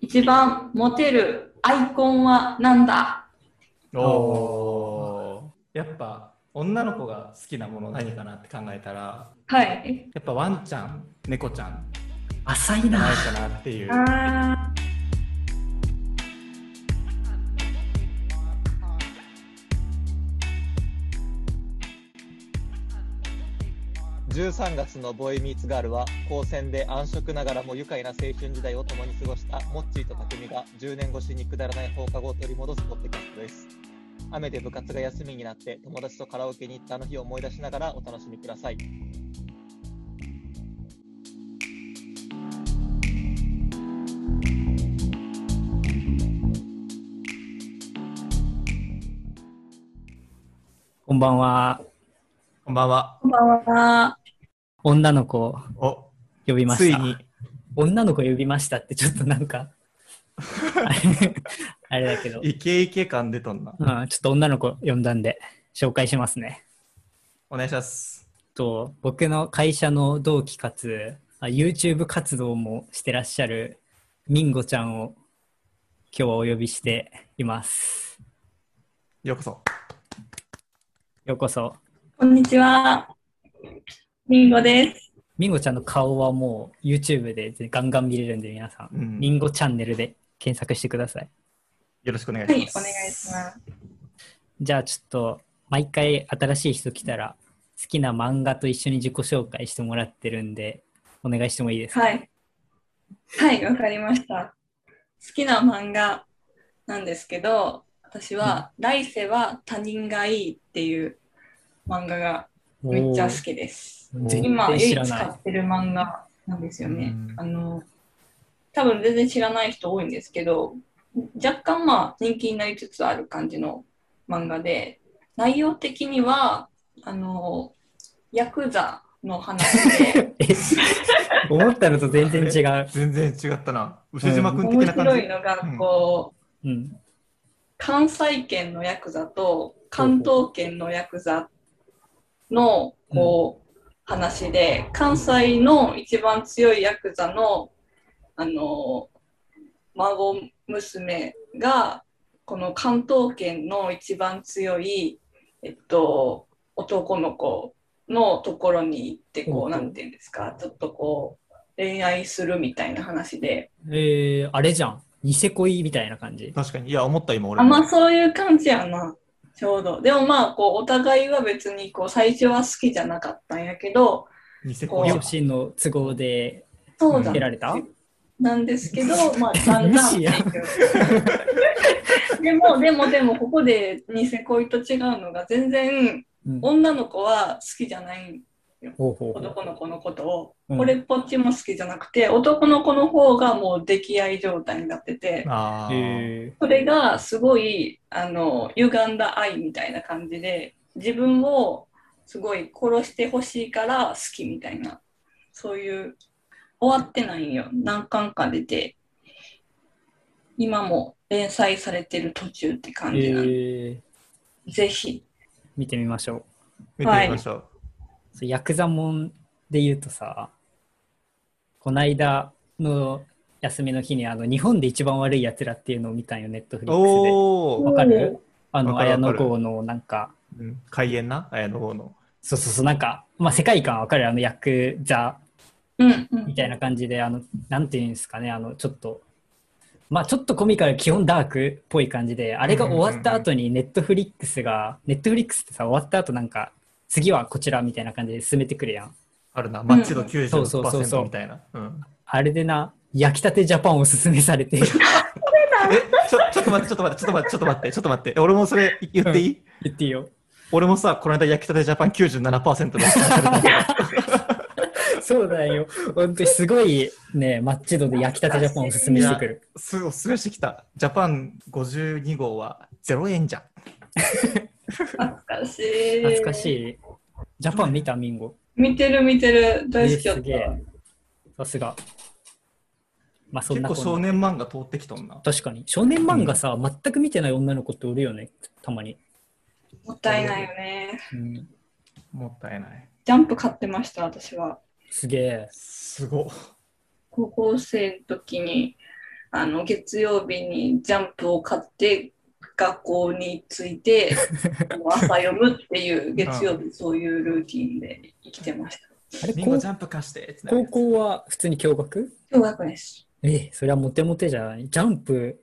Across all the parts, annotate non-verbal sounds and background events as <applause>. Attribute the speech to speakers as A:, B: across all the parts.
A: 一番モテるアイコンはなんだ
B: おーやっぱ女の子が好きなもの何かなって考えたら
A: はい。
B: やっぱワンちゃん猫ちゃん
C: 浅い
B: じゃない
C: な。
B: かなっていう
A: あ
D: 13月のボーイミーツガールは高専で暗色ながらも愉快な青春時代を共に過ごしたモッチーと匠が10年越しにくだらない放課後を取り戻すポッドキャストです雨で部活が休みになって友達とカラオケに行ったあの日を思い出しながらお楽しみください
C: こんばんは。
B: こんばんは
A: こんばんは。
C: 女の子を
B: お
C: 呼びま
B: つ
C: し
B: い
C: た。
B: に
C: 女の子呼びましたってちょっとな
B: <laughs>
C: んかあれ、あれだけど、うん、ち
B: イケイケ感出とんな
C: ょっと女の子呼んだんで紹介しますね。
B: お願いします
C: と僕の会社の同期かつあ YouTube 活動もしてらっしゃるミンゴちゃんを今日はお呼びしています。
B: ようこそ
C: ようこそ。
A: こんにちは。りんごです。
C: ミンゴちゃんの顔はもう YouTube でガンガン見れるんで皆さん、
B: うん
C: ミンゴチャンネルで検索してください。
B: よろしくお願い
A: はい、お願い
B: し
A: し
B: ます、
A: ます。
C: じゃあちょっと毎回新しい人来たら好きな漫画と一緒に自己紹介してもらってるんでお願いしてもいいですか、
A: はい。はい、わかりました。好きな漫画なんですけど、私は、来世は他人がいいっていう漫画がめっちゃ好きです。
C: おー全
A: 今、
C: 然
A: 唯
C: 知
A: 一
C: らない
A: 買ってる漫画なんですよね
B: うん。
A: あの、多分全然知らない人多いんですけど、若干まあ人気になりつつある感じの漫画で、内容的には、あの、ヤクザの話で、
C: え <laughs> 思ったのと全然違う。
B: 全然違ったな牛島君
A: 面
B: 的な感
A: 白
B: じ、
A: いのが、こう、
C: うん、
A: 関西圏のヤクザと関東圏のヤクザのこう、話で関西の一番強いヤクザのあの孫娘がこの関東圏の一番強い、えっと、男の子のところに行ってこ
C: う
A: うんなんていうんですかちょっとこう恋愛するみたいな話で
C: えー、あれじゃん。ニセ恋みたいな感じ。
B: 確かにいや思った今俺
A: あ
B: も
A: まあそういう感じやなちょうどでもまあこうお互いは別にこう最初は好きじゃなかったんやけど
B: ニセ
A: お
B: コ
A: こう
B: よ
C: 両親の都合で
A: そうだ
C: 得られた、
A: なんですけどまあだ <laughs> んだんってい
C: 無
A: うでもでもでもここでニセ恋と違うのが全然
C: うん、
A: 女の子は好きじゃない
C: ほうほうほう
A: 男の子のことを、
C: うん
A: これっぽっちも好きじゃなくて男の子の方がもう溺愛状態になってて
B: あー、
C: え
A: それがすごいあの歪んだ愛みたいな感じで自分をすごい殺してほしいから好きみたいなそういう終わってないんよ何巻か出て今も連載されてる途中って
C: ー
A: 感じなの、
C: えー
A: ぜひ
C: 見てみましょう
B: 見てみましょう、
C: そうヤクザもんで言うとさこないだの休みの日にあの日本で一番悪いやつらっていうのを見たんよネットフリックスで
B: お
C: わ
B: お、
C: かるあの
B: わかる
C: 綾野
B: わかる
C: 剛のなんか
B: うん、開演な綾野剛の
C: そうそうそうなんか、まあ、世界観わかるあのヤクザ
A: うんうん
C: みたいな感じであのなんていうんですかねあのちょっとまあちょっとコミカル基本ダークっぽい感じであれが終わった後にネットフリックスがネットフリックスってさ終わった後なんか次はこちらみたいな感じで進めてくるやん
B: あるなマッチ度
C: そうそうそうそ
B: 96%
C: う
B: みたいな、うん、
C: あれでな焼きたてジャパンを勧めされて <laughs>
B: えちょちょっと待ってちょっと待ってちょっと待ってちょっと待ってちょっと待って俺もそれ言っていい、
C: 言っていいよ
B: 俺もさこの間焼きたてジャパン97%で
C: そうだよ。本当にすごいね、マッチ度で焼きたてジャパンをおすすめしてくる。
B: すおすごいしてきたジャパン52号は0円じゃん
A: 懐かしい
C: 懐かしい。ジャパン見たミンゴ。
A: 見てる見てる大好き
C: え
A: やっ
C: ーす
A: た
C: げえ。さすが。まあそん
B: 結
C: な
B: 構
C: こ
B: 少
C: んな。
B: 年漫画通ってきとんな
C: 確かに。少年漫画さ、全く見てない女の子っておるよね、たまに。
A: もったいないよね
C: うん、
B: もったいない
A: ジャンプ買ってました私は
C: すげえ。
B: すご
A: 高校生の時にあの、月曜日にジャンプを買って、学校に着い
C: <laughs>
A: て、朝読むっていう、月曜日そういうルーティンで生きてました。
C: あれ
B: リンゴ
C: 高
B: ジャンプ貸してってなる
C: 高校は普通に驚愕
A: 今日学です。
C: ええ、それはモテモテじゃない。ジャンプ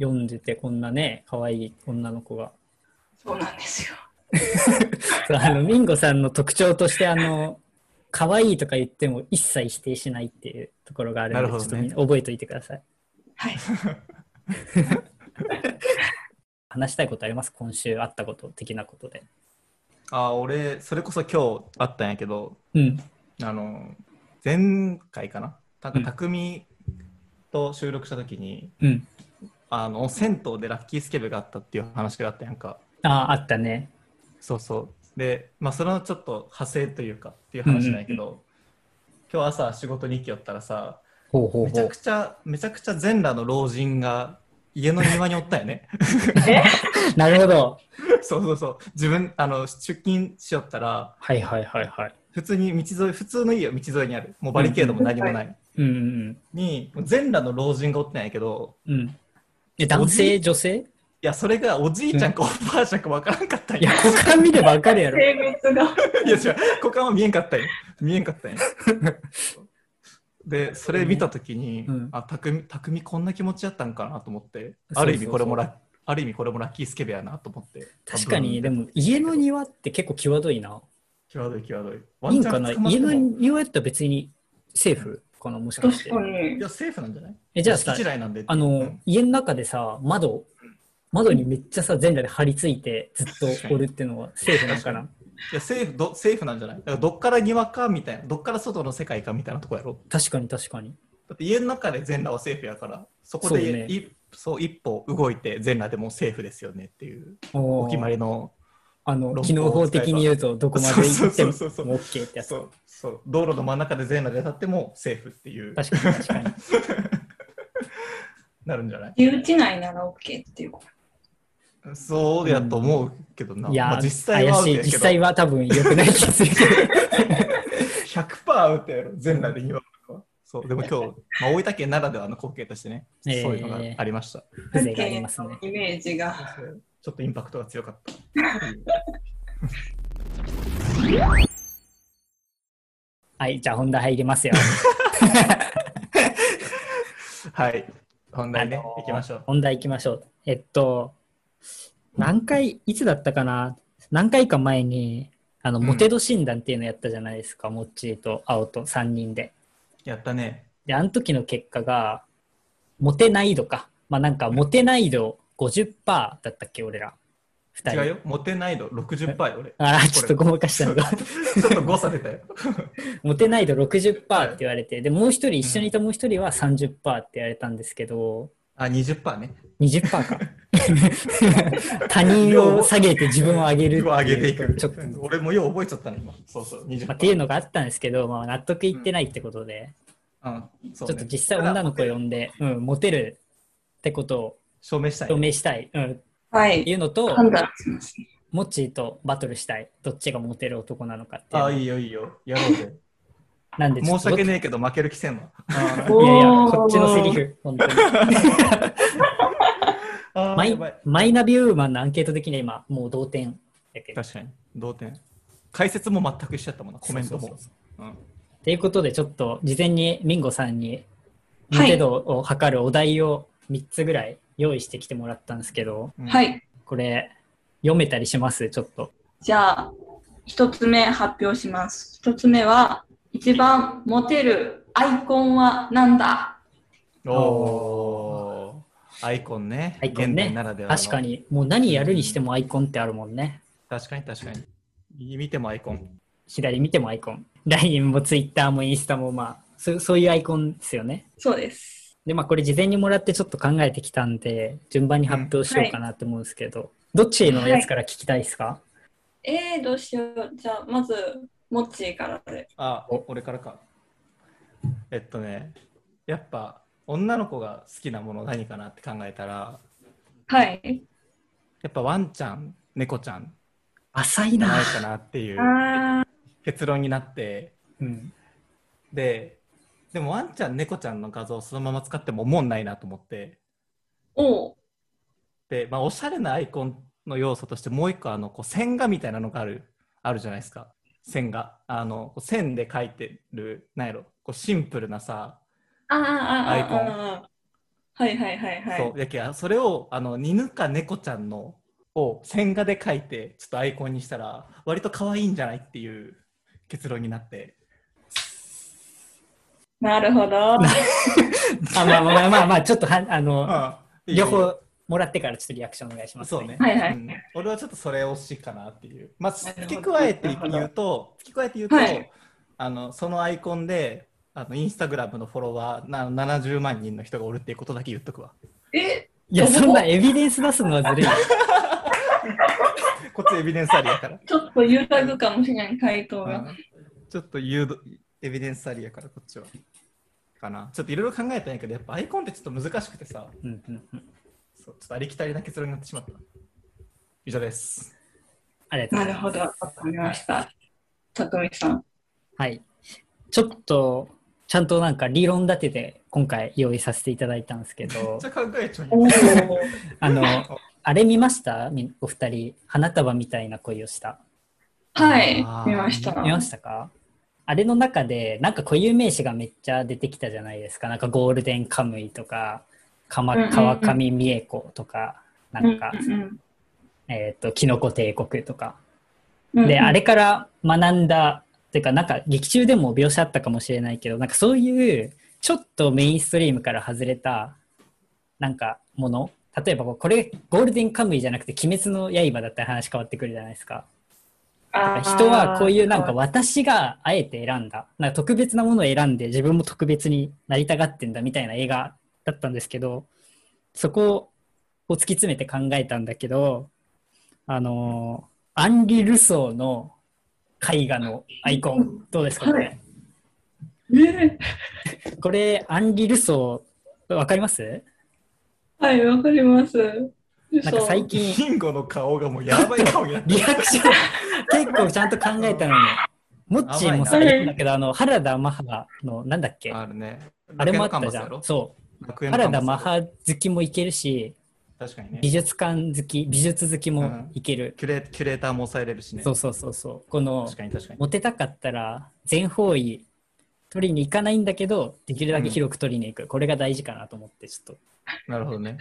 C: 読んでて、こんなね、可愛い女の子が。
A: そうなんですよ。
C: そうあの、ミンゴさんの特徴として、あの、可愛いとか言っても一切否定しないっていうところがあるの
B: な
C: で、
B: るほどね
C: ちょっとみんな覚えておいてください。
A: はい。
C: 話したいことあります今週あったこと的なことで。
B: あ俺それこそ今日あったんやけど
C: うん。
B: あの前回かななん
C: う
B: か
C: ん
B: 匠と収録した時に、
C: うん。
B: あの銭湯でラッキースケベがあったっていう話があったやんか
C: ああ、あったね。
B: そうそうでまあそれのちょっと派生というかっていう話なんやけど、今日朝仕事に行きよったらさ
C: ほうほう
B: めち
C: ほ
B: ゃ
C: う
B: く。ちゃめちゃくちゃ全裸の老人が家の庭におったよ <laughs> ね
C: なるほど。
B: そうそうそう自分あの出勤しよったら
C: はいはいはいはい。
B: 普通に道沿い普通の家よ道沿いにあるもうバリケードも何もない、
C: うんうん
B: に全裸の老人がおってないけど
C: うん。うん。え、男性女性
B: いやそれがおじいちゃんかおばあちゃんかわからんかったん
C: いや
B: や、、
C: 股間見ればわかるや
B: <laughs>
C: ろ。
A: 性別が。
B: いや違う股間は見えんかったんや見えんかったんやでそれ見た時に、
C: うん
B: あたくみたくみこんな気持ちやったんかなと思って
C: そうそうそう
B: ある意味これもラある意味これもラッキースケベやなと思って
C: 確かに、でも家の庭って結構際どいな。
B: 際どい際どいワ
C: いい
B: ン
C: ん
B: チャ
C: か
B: ン
C: な
B: 捕まっ
C: 家
B: ても
C: の庭やったら別にセーフかなもしかし
A: 確
C: て
A: か。に
B: い。やセーフなんじゃない
C: え、じゃあさ
B: 敷地、内なんで
C: あ
B: う
C: の
B: ん、
C: 家の中でさ、窓、窓にめっちゃさ、全裸で張り付いてずっとおるっていうのはセーフなんかな。
B: いやセーフどセーフなんじゃないだからどっから庭かみたいなどっから外の世界かみたいなとこやろ
C: 確かに確かに。
B: だって家の中で全裸はセーフやからそこ
C: そう
B: で
C: ね
B: いそう,、一歩動いて全裸でもうセーフですよねっていうお決まりの
C: あの、
B: 論法を
C: 機能法的に言うと、どこまで行っても
B: そうそうそうそう
C: もう OK ってやつ
B: そ。うそう道路の真ん中で全裸で立ってもセーフっていう
C: 確かに確
B: <laughs>
C: かに。
B: なるんじゃない
A: 留置内なら OK っていうこと。
B: そうやと思うけどな、
C: いや
B: ま
C: ー、
B: あ、実際はアウ
C: 怪
B: ト
C: しい。
B: やけ
C: 実
B: ど
C: 際は多分良くない気が
B: <laughs>
C: するけど。
B: 100%アウトやろ全裸で庭とかそうでも今日、まあ、大分県ならではの光景としてね、
C: えー
B: そういうのがありました
C: 風情がありますね。
A: イメージが。
B: ちょっとインパクトが強かった。
C: はい、じゃあ本題入りま
B: <laughs>
C: すよ。
B: はい。本題ね、
C: あのー
B: 行きましょう。
C: 本題行きましょう。えっと、何回、いつだったかな何回か前に、あの、
B: うん
C: モテ度診断っていうのやったじゃないですか、モッチーと青と3人で。
B: やったね。
C: で、あの時の結果が、モテ難易度か。まあなんか、モテ難易度50%だったっけ、俺ら。2
B: 違
C: 人。
B: うよ。モテない度60%よ、俺。
C: ああ、ちょっとごまかしたの
B: <laughs>
C: が。
B: ちょっと誤差出たよ。
C: モテ難易度60%って言われて、で、もう一人、一緒にいたもう一人は30%って言われたんですけど、
B: あ、20%ね。
C: 20%か。
B: <laughs>
C: 他人を下げて自分を上げるっていう
B: 上げていく。
C: ちょっと
B: 俺もよう覚えちゃったね、今。そうそう、20%。
C: まあ、っていうのがあったんですけど、まあ、納得いってないってことで、
B: うんそう
C: ちょ
B: ね
C: っと実際女の子呼んで、うん、モテるってことを
B: 証明したい。
C: 証明したい、うん、っ
A: は
C: て
A: い。
C: いうのと、
A: 判断しますね。
C: モッチーとバトルしたい、どっちがモテる男なのかって
B: あ
C: いうの。
B: あ、いいよ、いいよ。やろう
C: <laughs>
B: ぜ。
C: なんでちょ
B: 申
C: っ
B: し
C: と
B: 訳ねえけど、負ける気せん
C: <laughs>
B: わ。
C: いやいや、
A: おー
C: こっちのセリフ、本
B: <laughs>
C: 当に。
B: あ
C: マ
B: ー、や
C: イ
B: ばい。
C: マイナビウーマンのアンケート的には今、もう同点やけど。
B: 確かに。同点。解説も全く一緒やったもんな、コメント
C: そうそ
B: も
C: う。そう
B: うん
C: ということで、ちょっと事前にミンゴさんに、モテ度を測るお題を3つぐらい用意してきてもらったんですけど、
B: うん
A: は。い。
C: これ、読めたりしますちょっと。
A: じゃあ、一つ目発表します。一つ目は、一番モテるアイコンは何だ
B: おおー。アイコンね。
C: アイコンね
B: 現代ならで。はの
C: 確か。に、もう何やるにしてもアイコンってあるもんね。
B: 確かに確かに。見てもアイコン。
C: 左見てもアイコン。LINE も Twitter もインスタもまあ、そうそういうアイコンですよね。
A: そうです。
C: で、まあこれ事前にもらってちょっと考えてきたんで、順番に発表しようかなと思うんですけど、どっちのやつから聞きたいですか、
A: えー、どうしよう。じゃあ、まず、モッチーからで。
B: あ、お俺からか。えっとね、やっぱ女の子が好きなもの何かなって考えたら、
A: はい。
B: やっぱワンちゃん、猫ちゃん
C: 浅い
B: じゃ
C: な
B: ない。かなっていう
A: あー
B: 結論になって、
C: うん。
B: で、でもワンちゃん猫ちゃんの画像をそのまま使っても思んないなと思って
A: おう
B: で、まあ、おしゃれなアイコンの要素としてもう一個あのこう線画みたいなのがあるあるじゃないですか線画あのこう線で描いてるなんやろこうシンプルなさ、
A: ああああ
B: アイコン
A: ああはいはいはいはい。
B: そうやけあそれをあの犬か猫ちゃんのを線画で描いてちょっとアイコンにしたら割と可愛いんじゃないっていう結論になって
A: なるほど。
C: あまあまあまあまあ、まあ、ちょっとはあの、
B: あいい
C: 両方もらってからちょっとリアクションお願いします、
B: そうね、
A: はいはい
B: うん俺はちょっとそれ推しかなっていう、まあ、
A: なる
B: 付
A: ほど
B: け加えて言うと付け加えて言うと、
A: はい
B: あのそのアイコンであのインスタグラムのフォロワーな70万人の人がおるっていうことだけ言っとくわ
A: え、
C: いや、そんなエビデンス出すのはず
B: <laughs>
C: るい。
B: こっちエビデンスありや
A: <laughs>
B: から、
A: ちょっと揺らぐかもしれない回答
B: う
A: が。
B: んちょっと誘導エビデンスありやからこっちはかなちょっといろいろ考えたんやけどやっぱアイコンってちょっと難しくてさ
C: うんうんうん
B: そうちょっとありきたりな結論になってしまった以上です
C: ありがとう
A: な
C: ご
A: る
C: ざいます。
A: ほど、わかりました。たくみさん。
C: はい。ちょっと、ちゃんとなんか理論立てて今回用意させていただいたんですけ
B: め <laughs> っ
C: ど
B: ち、ゃ考えちゃう
A: おお
B: よ。<laughs>
C: あの、あれ見ましたみお二人、花束みたいな恋をした。
A: はい
B: あー、
A: 見ました。
C: 見ましたかあれの中で、なんか固有名詞がめっちゃ出てきたじゃないですか。なんかゴールデンカムイとか、かま
A: うんうんうん
C: 川上美恵子とか、なんか、
A: うんうん
C: えっ、と、キノコ帝国とか。
A: うん
C: で、あれから学んだ、というか、なんか劇中でも描写あったかもしれないけど、なんかそういう、ちょっとメインストリームから外れた、なんかもの。例えばこう、これ、ゴールデンカムイじゃなくて、鬼滅の刃だったら話変わってくるじゃないですか。
A: あー
C: 人はこういうなんか私があえて選んだ、なんか特別なものを選んで自分も特別になりたがってんだみたいな映画だったんですけど、そこを突き詰めて考えたんだけど、あのーアンリ・ルソーの絵画のアイコン、どうですかこれ。
A: え
C: これ、アンリ・ルソー、わかります
A: はい、わかります。
C: なんか最近、
B: 金吾の顔がもうやばい顔になってる
C: リアクション、結構ちゃんと考えたのに。モッチーもさ、
A: やばいな
C: 言ったけど、あの、原田マハの、なんだっけ
B: あるね。
C: あれもあったじゃん。そう。
B: 楽園の
C: 原
B: カンパスやろ
C: 田マハ好きもいけるし、
B: 確かにね
C: 美。術館好き、美術好きもいける。
B: キュレキュレーターも抑えれるしね。
C: そうそうそうそう。この
B: 確、かに確かに。
C: モテたかったら全方位取りに行かないんだけど、できるだけ広く取りに行く。これが大事かなと思って、ちょっと
B: なるほどね。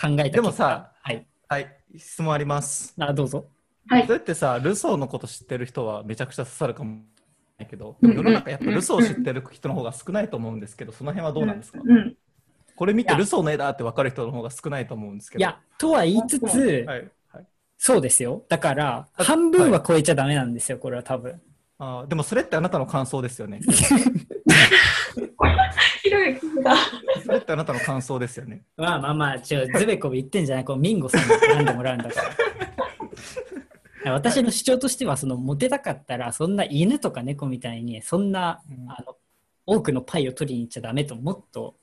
C: 考えた結果
B: でも、さ、
C: はい。
B: はい、質問あります。
C: あ、どうぞ。
A: はい
B: そうやってさ、ルソーのこと知ってる人はめちゃくちゃ刺さるかもしれないけど、
A: うん
B: 世の中やっぱルソーを知ってる人の方が少ないと思うんですけど、その辺はどうなんですか
A: うん。
B: これ見て
C: いや
B: ルソーの絵だって分かる人の方が少ないと思うんですけど。
C: いや、とは言いつつ、
B: はい。はい
C: そうですよ。だから、半分は超えちゃダメなんですよ、これは多分。
B: あーでもそれってあなたの感想ですよ
C: <laughs>
B: ね。
A: ひろゆきだ。
B: それってあなたの感想ですよね。
C: まあまあまあ、ちょ、ズベコブ言ってんじゃない、こう、ミンゴさんに選んでもらうんだ
B: <laughs>
C: から。私の主張としては、その、モテたかったら、そんな犬とか猫みたいに、そんな、
B: うん
C: あの、多くのパイを取りに行っちゃダメと、もっと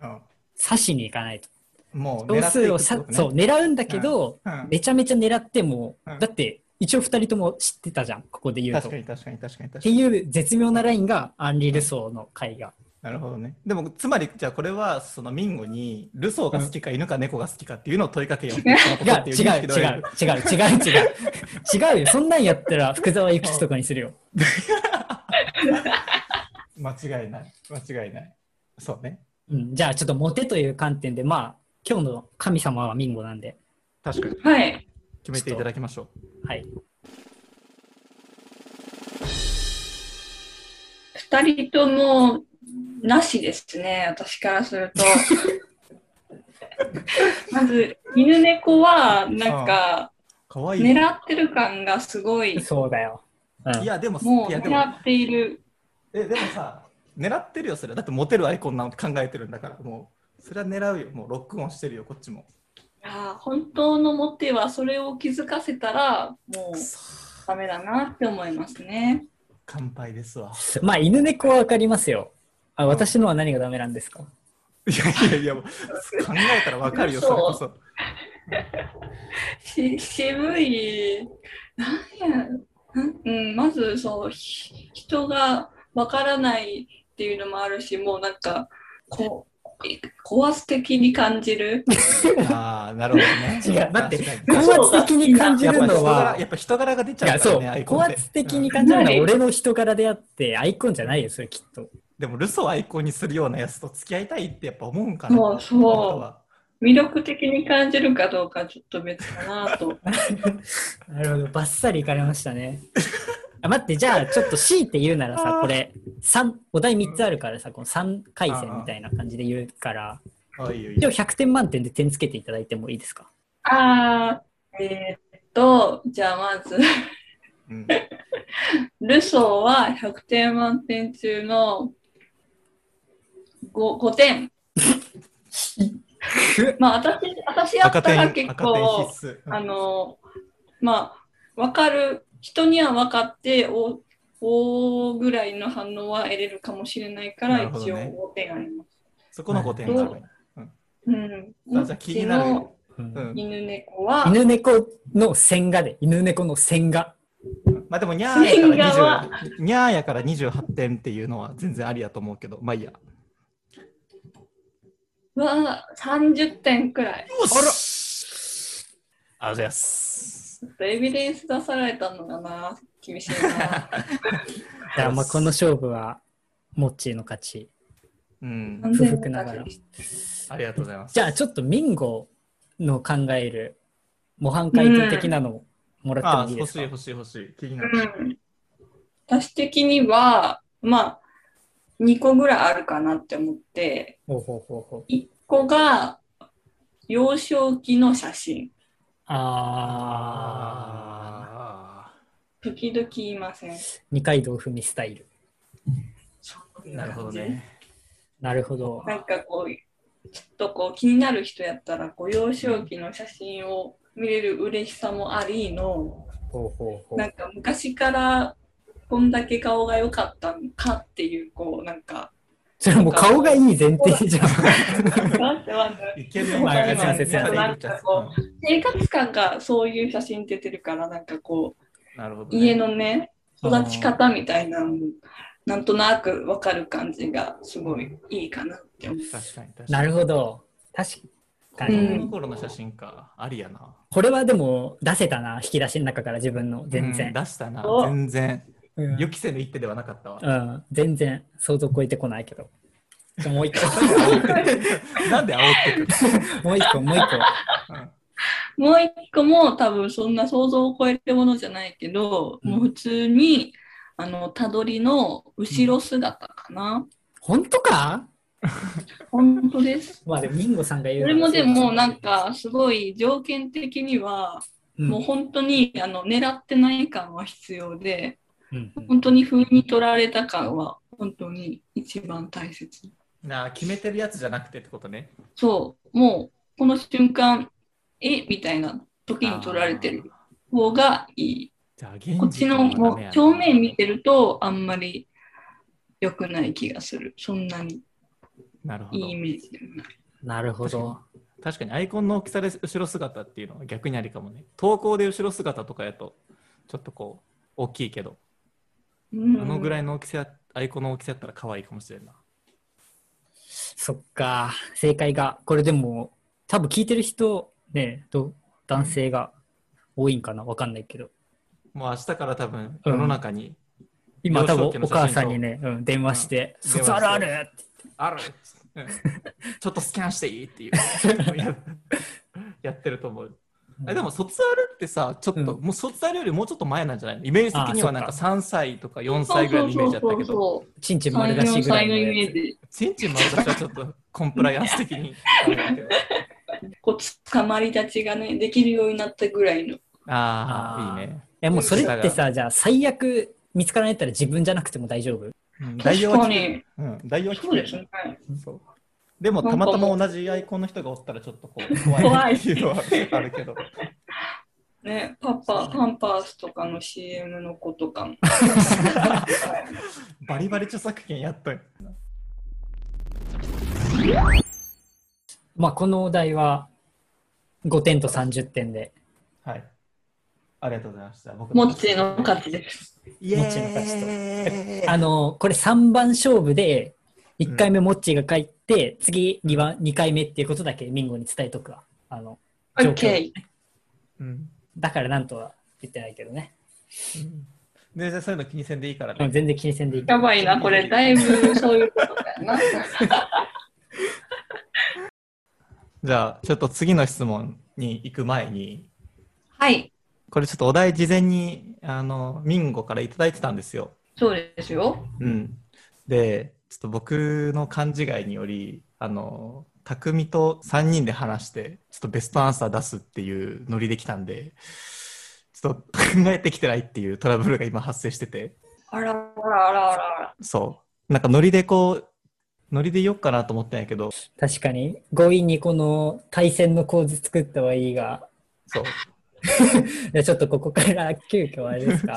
B: うん
C: 刺しに行かないと。
B: もう狙
C: 少
B: ってい
C: 数
B: く
C: を
B: って
C: さ、
B: ことね
C: そう、狙うんだけど、
B: うん
C: めちゃめちゃ狙っても、
B: うん
C: だって、一応二人とも知ってたじゃん、ここで言うと。
B: 確か
C: っ
B: に確かに確かに確か
C: て
B: に。
C: いう絶妙なラインが、アンリ・ルソーの絵画。
B: なるほどね。でも、つまり、じゃあこれは、そのミンゴに、ルソーが好きか犬か猫が好きかっていうのを問いかけよう。
C: 違う違う違う違う違う違うよそんなんやったら福沢諭吉とかにするよ
B: 間違いない。間違いない。そうね。
C: うん、じゃあちょっとモテという観点でまあ今日の神様はミンゴなんで
B: 確かに。
A: はい。
B: 決めていただきましょ
C: はい
A: 二人とも、なしですね、私からす
C: <laughs>
A: ると。まず、犬猫は、なんか、
B: う。かわいい。
A: 狙ってる感がすごい。
C: そうだよ、うん、
B: いや、でも、
A: もう、
B: いや、でも
A: 狙、っている。
B: え、でもさ、狙ってるよ、それは。だって、モテるアイコンなんて考えてるんだから、もう、それは狙うよ。もう、ロックオンしてるよ、こっちも。
A: あー本当のモテはそれを気づかせたらもう
B: くそ
A: ダメだなって思いますね。
B: 乾杯ですわ。
C: まあ犬猫はわかりますよあ私のは何がダメなんですか
B: いやいやいや、もう考えたらわかるよ、それこそ。
A: し渋いなんやなんうんまずそうひ人がわからないっていうのもあるし、もうなんか、こう、い高圧的に感じる。
B: ああ、なるほど <laughs> ね。
C: 違う待って
B: 確かに
C: 高圧的に感じ
B: やっ
C: る
B: ぱ人
C: のは
B: 柄、やっぱ人柄が出ち
C: い
B: ゃ
C: や、
B: うから
C: そ
B: ね、ア
C: う、
B: イコン
C: 高
B: って
C: 圧的に感じるのは
A: うん
C: 俺の人柄であって、アイコンじゃないよ、それきっと。
B: うんでも、ルソをアイコンにするようなやつと付き合いたいってやっぱ思うんか
A: そ
B: な。
A: う
B: 本当
A: そ
B: は
A: う。魅力的に感じるかどうかちょっと別かなと。
C: なるほど、バッサリいかれましたね。あ待って、じゃあ、ちょっと強いて言うならさ、これ、三お題3つあるからさ、この3回戦みたいな感じで言うから、
B: あいいよいい
C: 一
B: よ
C: 応100点満点で点つけていただいてもいいですか
A: あー、えーっと、じゃあまず、
B: うん
A: ルソーは100点満点中の 5, 5点。
B: <laughs>
A: まあ私、私やった
B: 赤
A: ら
B: 点、
A: 結
B: 赤点
A: 構、
B: 必須。
A: あの、まあ、わかる、人には分かって、お、おぐらいの反応は得れるかもしれないから、
B: なるほど
A: 一応
B: ね
A: 5点あります。
B: そこの5点があるね。
A: うん。
B: さあじゃあ気になる
A: うちの
B: うん
A: 犬猫は、
C: 犬猫の線画で、犬猫の線画。
B: まあでも、にゃーや
A: 線
B: から
A: が
B: 20、にゃーやから28点っていうのは全然ありやと思うけど、まあいいや。
A: は30点くらい。
B: あらありがとうございます。
A: ちょっとエビデンス出されたのがな、厳しいな。
B: <laughs>
C: だからまあこの勝負は、モッチーの勝ち。
B: うん、
A: 完全
C: 不服ながら
B: ありがとうございます。
C: じゃあちょっとミンゴの考える模範解答的なのをもらって
B: あ
C: もいいで
B: 欲
C: す
B: しい
C: か、
B: 欲しい欲しい。気にな
A: う
B: る。
A: ん。私的には、まあ、2個ぐらいあるかなって思って、
C: ほうほうほうほう
A: 1個が、幼少期の写真。
C: ああ
A: 時々言いません。
C: 二階堂ふみスタイル
A: そういう
B: なるほど
A: 感じ
B: ね。
C: なるほど
A: なんかこう、ちょっとこう気になる人やったら、こう幼少期の写真を見れる嬉しさもありの、
C: ほうほうほ
A: なんか昔からこんだけ顔が良かったのかっていう、こうなん
B: <laughs>
A: か、
C: それもう顔がいい前提じゃん
A: なんてなんて
B: いける
A: まあ
B: いける
A: 先
C: 生先生
B: なんかこう
A: 生活感がそういう写真出てるから、なんかこ
B: なるほど
A: う、
B: ね
A: 家のね、育ち方みたいなのも、なんとなくわかる感じがすごいいいかなって思う。
B: 確かに確かに。
C: なるほど確かに、
A: う
B: 子
A: ん
B: 供の頃の写真か。ありやな。
C: これはでも出せたな引き出しの中から自分の全
B: うん
C: 然、
B: 出したな。
A: お
B: 全然。
C: うん
B: 予期せぬ一手ではなかった
A: <laughs>
B: わ。
C: うん全然想像超えてこないけどじゃあもう一個
B: <laughs> なんで煽ってくる
C: もう一個もう一個
A: もう一個も多分そんな想像を超えるものじゃないけど、
C: うん
A: もう普通にあのたどりの後ろ姿かな、
C: 本当か
A: 本当です
C: まあでもミンゴさんが言う
A: それもでもなん、かすごい条件的には
C: うん
A: もう本当にあの狙ってない感は必要で
C: うん
A: 本当に風に取られた感は本当に一番大切
B: なあ、決めてるやつじゃなくてってことね。
A: そうもうこの瞬間えみたいな時に取られてる
B: あ
A: 方がいい
B: ー。じゃあ、現実
A: こっちのもう正面見てるとあんまり良くない気がする。そんなに
B: なるほど
A: いいイ。メージでもない。
C: なるほど。
B: 確かにアイコンの大きさで後ろ姿っていうのは逆にありかもね。投稿で後ろ姿とかやと、ちょっとこう、大きいけど、
A: うん
B: あのぐらいの大きさや、アイコンの大きさやったら可愛いかもしれんな。
C: そっか、正解が、これでも、多分聞いてる人、ね、ど男性が多いんかな、わかんないけど、
B: もう明日から多分、世の中に、
C: 今、多
B: 幼少期の
C: 分お
B: 写真と
C: 母さんにね、うん、電話して、
B: うん
C: 卒あるあるって
B: ある、 <laughs> うんちょっとスキャンしていい
A: <laughs>
B: っていう、ややってると思う。あでも、卒アルってさ、ちょっと、
C: う
B: もう卒アルよりもうちょっと前なんじゃないのイメージ的にはなんか
C: あそ
B: 3歳とか4歳ぐらいのイメージだった
A: そ
B: けど、
A: うそう
C: ちんちん
A: そう
C: 丸出
A: そう。3、4
C: しぐら
A: 歳
C: いの
A: のイメ
C: や
A: ージ。
B: ちんちんも私はちょっとコンプライアンス的
A: <laughs>
B: に。
A: こう、つかまり立ちがね、できるようになったぐらいの。
B: ああ、
C: あー
B: いいね。
C: つ。え、もうそれってさ、じゃあ、最悪見つからないったら自分じゃなくても大丈夫。
B: うん
A: 確
B: 代用は
A: か
B: 聞く
A: に。
B: うん、代用は聞く
A: そうですね。
B: そうでも
A: なん
B: た
A: かも
B: ま
A: う
B: たま同じアイコンの人がおったらちょっとこう怖い
A: 怖い
B: っていうのはあるけど
A: ね、パパ、パンパースとかの CM の子とかも。
B: バリバリ著作権やっとる
C: まあ、このお題は、5点と30点で、
B: はいありがとうございました僕
A: モッチーの勝ちです。
B: イエ
C: もっちーの勝ちと
B: ーイ
C: あの、これ3番勝負で、 1回目モッチーが書いて、次2番2回目っていうことだけミンゴに伝えとくわあの状況
A: OK。
B: うん
C: だからなんとは言ってないけどね
B: うん全然そういうの気にせんでいいから
C: うん
B: ね。
C: 全然気にせんでいい
A: やばいな、これ、だいぶそういうことだよな。
B: じゃあ、ちょっと次の質問に行く前に、
A: <laughs> はい、
B: これちょっとお題事前に、あの、ミンゴからいただいてたんですよ。
A: そうですよ。
B: うん。で、ちょっと僕の勘違いにより、あの、匠と3人で話して、ちょっとベストアンサー出すっていうノリできたんで、ちょっと考えてきてないっていうトラブルが今発生してて、
A: あらあらあらあらあら。
B: そう。なんかノリでこう、ノリで言おうかなと思ってんやけど、
C: 確かに強引にこの対戦の構図作ったはいいが
B: そう。
C: じゃあちょっとここから急遽あれで
B: <laughs>
C: すか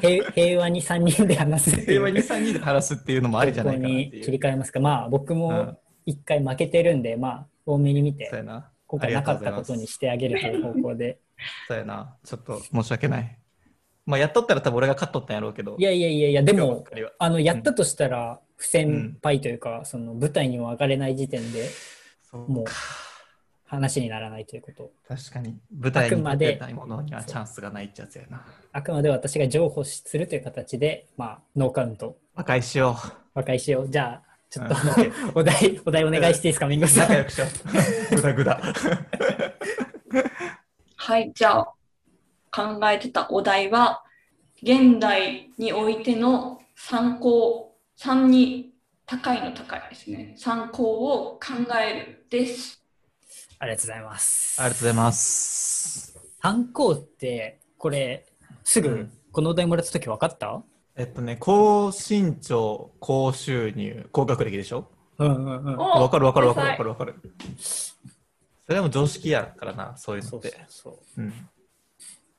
C: 平平和に3人で話すっていう
B: 平和に3人で話すっていうのもありじゃないかなって
C: ここ
B: い
C: に
B: う。
C: 切り替えますかまあ僕
B: うん
C: も1回負けてるんで、まあ多めに見て
B: そうやな。
C: 今回なかったことにしてあげるという方向で。
B: そうやな。ちょっと申し訳ない。まあ、やっとったら多分俺が勝っとったんやろうけど。
C: いやいやいやいや、で
B: 今日ばっ
C: も
B: か、りは
C: あの、やったとしたら、不先輩というか、その舞台にも上がれない時点で
B: そう
C: もう
B: か。
C: 話にならないということ。
B: 確かに。舞台に
C: あくま
B: 立
C: で
B: てないものにはチャンスがないっちゃつやな。
C: あくまで私が譲歩するという形で、まあ、ノーカウント、
B: 和解しよ
C: 和解しよう。じゃあ、ちょっと、
B: うんオッケ
C: <laughs> お題、お題お願いしていいですか、ミンゴ
B: う。
C: さ
B: 仲
C: ん。
B: 良くしよう。 <laughs> ぐだぐだ。
A: はい、じゃあ、考えてたお題は、現代においての参考、3に高いの高いですね。参考を考えるです。
C: ありがとうございます。
B: ありがとうございます。
C: 参考って、これ、す
B: う
C: ぐ
B: ん、
C: このお題もらったとき分かった
B: えっとね、高身長、高収入、高学歴でしょ
C: うんうんうん。
B: わかるわかるわかるわかるわかる。それはもう常識やからな、そういうの
C: そ
B: っ
C: うそう
B: て。
C: そう。
B: うん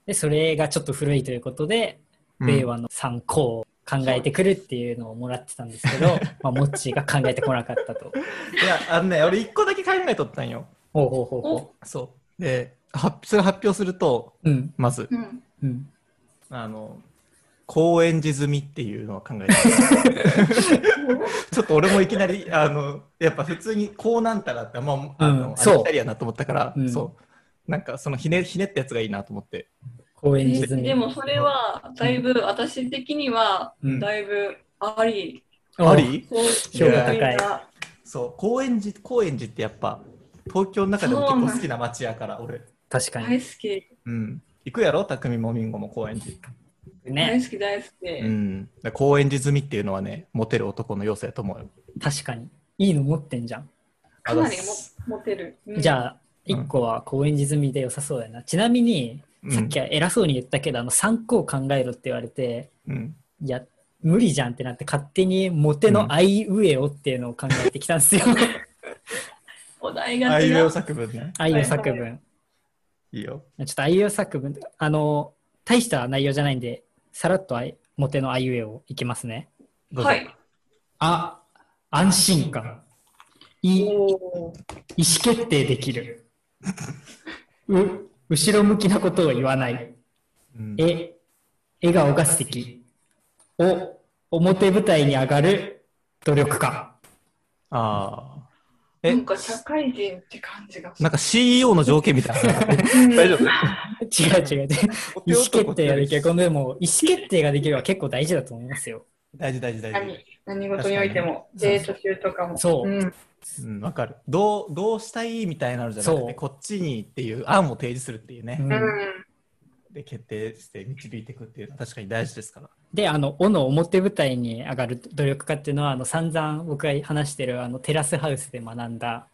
C: で、それがちょっと古いということで、令和の参考を考えてくるっていうのをもらってたんですけど、まあ、モッチーが考えてこなかったと。
B: いや、あのね、俺一個だけ考えとったんよ。
C: <laughs> ほうほうほうほ
B: そう。で、はそれ発表すると、
C: う。うん。
B: まず、
A: うん。
C: うん。
B: あの、高円寺済みっていうのを考え
C: <laughs>
B: てちょっと俺もいきなり、あの、やっぱ普通にこうなんたらって、まあ、あの、
C: うん
B: あ
C: そう
B: りきたりやなと思ったから、
C: うん
B: そう。なんかそのひねひねったやつがいいなと思って。
C: 公演
A: え
C: 地図に。
A: でもそれは、だいぶ、私的には、
C: うん
A: だいぶあり、
C: お
B: あり
A: こう
C: 評
B: 価高
C: い
A: 得意な
B: そう。高円寺、高円寺ってやっぱ、東京の中でも結構好きな街やから、俺。
C: 確か
A: 大
C: に。
A: 好き、
B: うん。行くやろ匠もみんごも高円寺。
C: ね。
A: 大好き、大好き。
B: うん。だから高円寺済みっていうのはね、モテる男の要素やと思うよ。
C: 確かに。いいの持ってんじゃん。
A: かなりもモテる。
C: じ
A: あ、
C: ゃあ、一個は公演地済みで良さそうだな。ちなみに、
B: うん
C: さっきは偉そうに言ったけど、あの、参考考えろって言われて、
B: うん。
C: いや、無理じゃんってなって、勝手にモテのあいうえおっていうのを考えてきたんです <laughs> よ。
A: お題
B: あ
A: が
B: いうえ
A: 違
B: お
A: う。
B: 作文ね。
C: あいうえお作文。
B: いいよ。
C: ちょっとあいうえお作文、あの、大した内容じゃないんで、さらっとあいモテのあいうえおいきますね。
B: どうぞ
A: は。い。
C: あ、安心感。い、意
A: おー
C: 思決定できる。う、後ろ向きなことを言わない。
B: うん
C: え、笑顔が素敵。お、表舞台に上がる努力家。
B: ああ。
A: な
B: え
A: ん、か社会人って感じがする。
B: なんか CEO の条件みたいな。大丈夫
C: 違う違う違う。意思決定ができる。このでも、意思決定ができるは結構大事だと思いますよ。
B: 大事大事大
A: 何
B: 事。
A: 何事においても、
C: 確かに
A: デート中とかも。
C: そう
A: うん
B: うん、わかる。どう、どうしたいみたいなのじゃなく
C: そう
B: て、こっちにっていう案を提示するっていうね。
C: うん
A: うん
B: で、決定して導いていくっていうのは確かに大事ですから。
C: で、あの、おの表舞台に上がる努力家っていうのは、あの、散々僕が話してる、あの、テラスハウスで学んだ、あ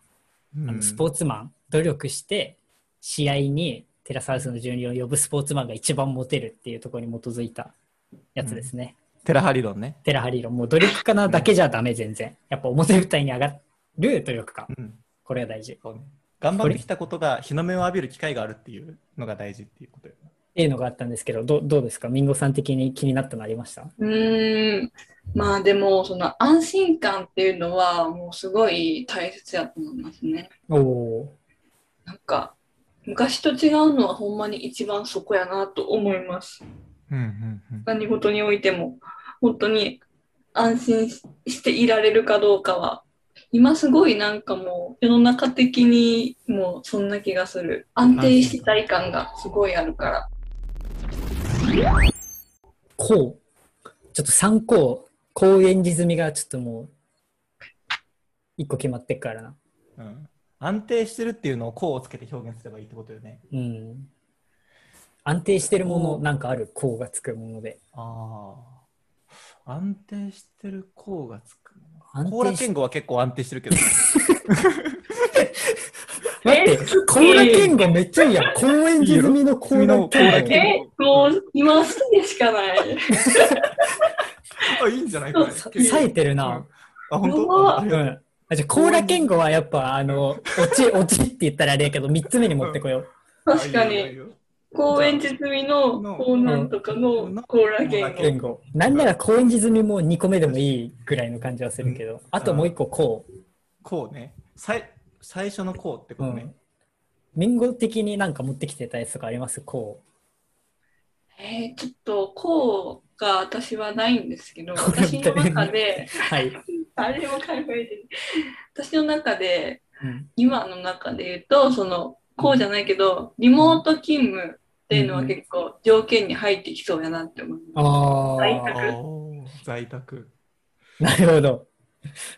C: の、スポー
B: ツ。
C: ツマン、努力して、試合にテラスハウスの住人を呼ぶスポーツマンが一番モテるっていうところに基づいたやつですね。
B: テラハ理論ね。
C: テラハリーロン、もう努力家なだけじゃダメ、全然。やっぱ表舞台に上がる努力家。
B: うん。
C: これが大事。っ
B: そうね。頑張ってきたことが日の目を浴びる機会があるっていうのが大事っていうことよ。
C: ていうのがあったんですけど、どうどうですかミンゴさん的に気になったのありました
A: うーん。まあでも、その安心感っていうのは、もうすごい大切やと思いますね。
C: おお
A: なんか、昔と違うのはほんまに一番そこやなと思います。
B: うんうんうん。
A: 何事においても、本当に安心ししていられるかどうかは。今すごいなんかもう世の中的にもうそんな気がする。安定したい感がすごいあるから。
C: こう。ちょっと3校、高円寺済みがちょっともう、1個決まってっからな。
B: うん、安定してるっていうのをこうをつけて表現すればいいってことよね。
C: うん。安定してるも
B: こ
C: の、
B: う
C: なんかある、こうがつくもので。
B: ああ。安定してるこうがつくのか。
C: 安定し
B: コーラ健吾は結構安定してる
C: <laughs>
B: けど、ね、
C: 待って、コーラ健吾めっちゃいいやん。高円寺済みのコーラ
B: 君のコーラ
C: 健
B: 健
C: 吾。
A: えもう今好きでしかない。
B: あいいんじゃないこれ。
A: そう
C: 冴えてる
B: う
C: な。
B: んあ、本
A: うわ
B: 当ああり
C: う。
B: がとうん
C: あじゃあ、コーラ健吾はやっぱ、あの、落ち、落ちって言ったらあれやけど、3つ目に持ってこよう。
A: 確か
B: あいいよいい
A: に。
B: よ
A: 高円寺済みのコーナーとかのコーラ言
B: うん
A: 語。
C: 健吾。なんなら高円寺済みも2個目でもいいぐらいの感じはするけど、あともう1個こう。
B: こうね。さい最初のこうってことね。
C: 民語的になんか持ってきてたやつとかありますこ
A: えー、ちょっとこうが私はないんですけど、
C: これ
A: 私の中で、
C: う。はい。
A: 誰も考えてない私の中で、
C: うん
A: 今の中で言うと、その、こうじゃないけど、リモート勤務っていうのは結構条件に入ってきそうやなって思います。
C: あ
A: 在
C: あ
A: 宅。
B: おー在宅。
C: なるほど。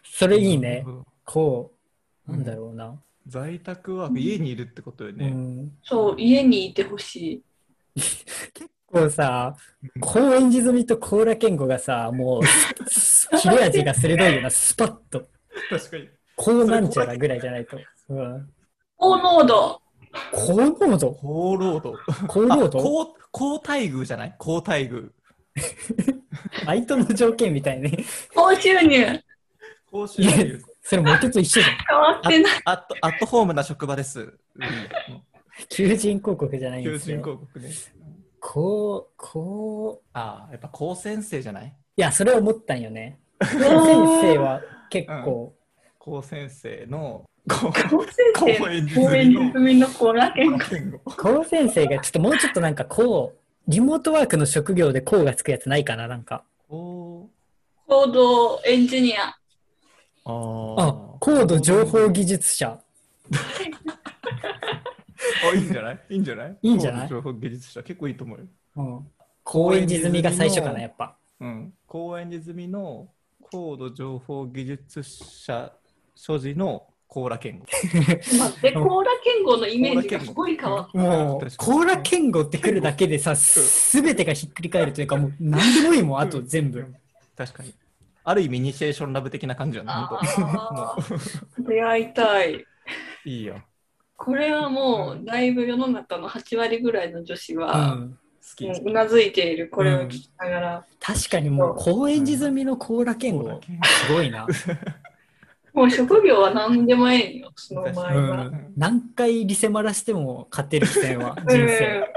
C: それいいね。
B: うん。
C: こう。なんだろうな。
B: 在宅は家にいるってことよ
C: う
B: ね。
C: ん。
A: そう、家にいてほし
C: こうさ、高円寺済みと高良健吾がさ、もう、切れ味が鋭いよな、スパッと。
B: 確かに。
C: こうなんちゃらぐらいじゃないと。うん。
A: い。高濃度
C: 高濃度
B: 高労働。
C: 高濃
B: あ、
C: 度
B: 高、高待遇じゃない高待遇。
C: バイトの条件みたいね。
A: 高収入
B: 高収
C: いや
B: 入。、
C: それ元と一
B: <laughs>
C: 緒じゃん。
A: 変わってない。
B: アット、アットホームな職場です。うん
C: 求人広告じ <laughs> ゃないん
B: 求
C: です
B: 人
C: よ。
B: 広告ね。
C: こう、こう、
B: ああ、やっぱ高先生じゃない
C: いや、それ思ったんよね。先生は結構、
B: 高先生の、高
A: 高先
B: 高
A: 生
B: 円
A: 高
B: 寺
A: 円
B: 住
A: 寺住
B: の
A: みのコーラ言語。
B: 言語。
C: こう先生がちょっともうちょっとなんかこう、リモートワークの職業でこうがつくやつないかな、なんか。
B: お
A: 行動エンジニア。
B: あ
C: あ、高度情報技術者。
B: あ、いいんじゃないいいんじゃない
C: いいんじゃない
B: 高度情報技術者、結構いいと思うよ。
C: うん。高円寺済みが最初かな、やっぱ。
B: うん。高円寺済みの高度情報技術者所持の高良健吾。
A: 待って、コーラ言語のイメージがすごい変わった。
C: もう、高良健吾ってくるだけでさ、すべてがひっくり返るというか、もう、なんでもいいもん、あと全部。
B: 確かに。ある意味、イニシエーションラブ的な感じよね、本当。も
A: あ
B: う
A: ー出会いたい。
B: いいよ。
A: これはもう、だいぶ世の中の8割ぐらいの女子
C: う
A: は、
C: ん。
B: 好き。
A: もうなずいている、これを聞きながら、
C: 確かにもう、高円寺済みの高良健
B: 高良
C: 吾。
B: 健
C: すごいな。
A: もう職業は何でもええんよ、その場合
B: 確
A: は。
B: かに。
C: 何回リセマラしても勝てる視点は人
A: うん
C: 生、
B: 勝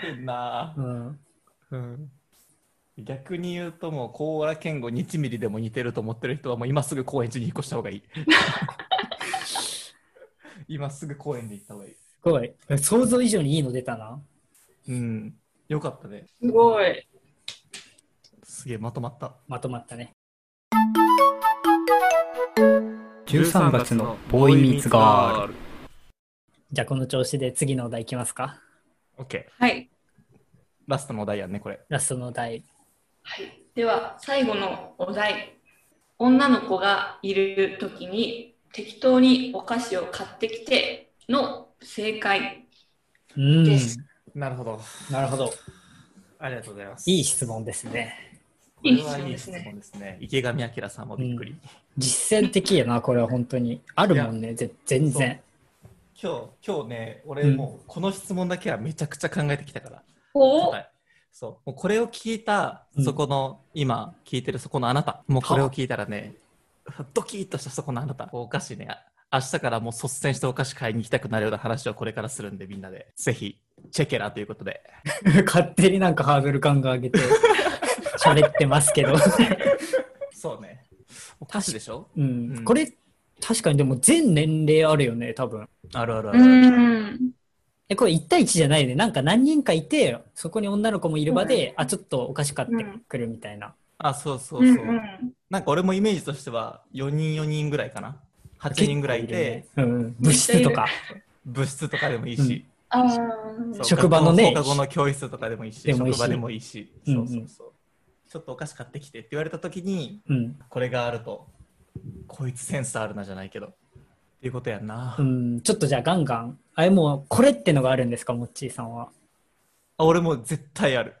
B: てんな
C: う。ん、
B: うん逆に言うと、もう、高良健吾1ミリでも似てると思ってる人は、もう今すぐ高円寺に引っ越した方 <laughs> がいい。今すぐ高円寺行った方がいい。
C: すごい想像以上にいいの出たな
B: うん。よかったね。
A: すごい。
B: すげえまとまった。
C: まとまったね
E: 13月のボーイミーツガール。
C: じゃあこの調子で次のお題いきますか
B: OK。
A: はい。
B: ラストのお題やんね、これ。
C: ラストのお題
A: では、最後のお題。女の子がいるときに、適当にお菓子を買ってきての正解。
C: うん
A: です
B: なるほど。
C: なるほど
B: ありがとうございます。
C: いい質問ですね
B: これ
A: いい質
B: は
A: 問
B: い
A: で
B: い
A: す
B: 質
A: ね。
B: 問ですね。池上彰さんもびっくり。
C: 実践的やなこれは本当にあるもんねぜ全然
B: 今日、今日ね、俺
C: うん
B: もうこの質問だけはめちゃくちゃ考えてきたから。
A: お
B: 答えそう。もうこれを聞いた
C: う、ん
B: そこの、今聞いてるそこのあなた。もうこれを聞いたらね、ドキッとしたそこのあなた。お菓子ね、あ明日からもう率先してお菓子買いに行きたくなるような話をこれからするんで、みんなで。ぜひ、チェケラということで。
C: <laughs> 勝手になんかハードルガンガン上げて <laughs> 喋ってますけど、
B: そうね。お菓子でしょ
C: うん
B: うん
C: これ確かにでも全年齢あるよね多分
B: あるあるあ
A: う
B: る。
A: ん。
C: え、これ1対1じゃないね。なんか何人かいて、そこに女の子もいる場で、あ、ちょっとお菓子買ってくるみたいな。
B: あ、そうそう
A: う
B: そう。
A: んうん。
B: なんか俺もイメージとしては4人4人ぐらいかな。8人ぐらいいて、
C: うんうん、物質とか。
B: 部室とかでもいいし、
A: ああ、
B: そう
C: 職場のね
B: 学校放課後の教室とかでもいいし、
C: でもいいし
B: 職場でもいいし、
C: うん
B: そううんそうそう。ちょっとお菓子買ってきてって言われた時に、
C: うん、
B: これがあると、こいつセンスあるなじゃないけど、っていうことやんな。
C: うん。ちょっとじゃあガンガン。あれもう、これってのがあるんですか、もっちーさんは。
B: あ俺も絶対ある。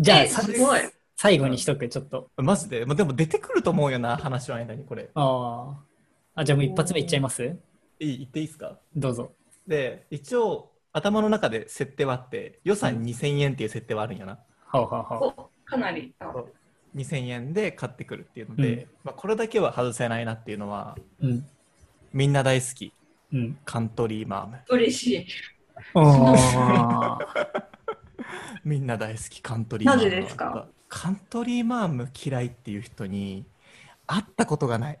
C: じゃあ、
A: え
C: さ
A: すごい。
C: 最後にしとく、ちょっと。
B: マジで、まあ、でも出てくると思うよな、話の間にこれ。
C: ああ。あ、じゃあもう一発目いっちゃいます
B: いい言っていいですか
C: どうぞ。
B: で、一応、頭の中で設定はあって、予算2000円っていう設定はあるんやな。
C: はあ、はあはあ、
A: おかなり。あ
B: 2000円で買ってくるっていうので、
C: うん
B: まあ、これだけは外せないなっていうのは、
C: うん。
B: みんな大好き、
C: <laughs> うん。
B: カントリーマーム。
A: 嬉しい。
C: ああ。
B: みんな大好きカントリーマーム
A: なぜですか
B: カントリーマーム嫌いっていう人に会ったこと
A: <laughs>
B: がない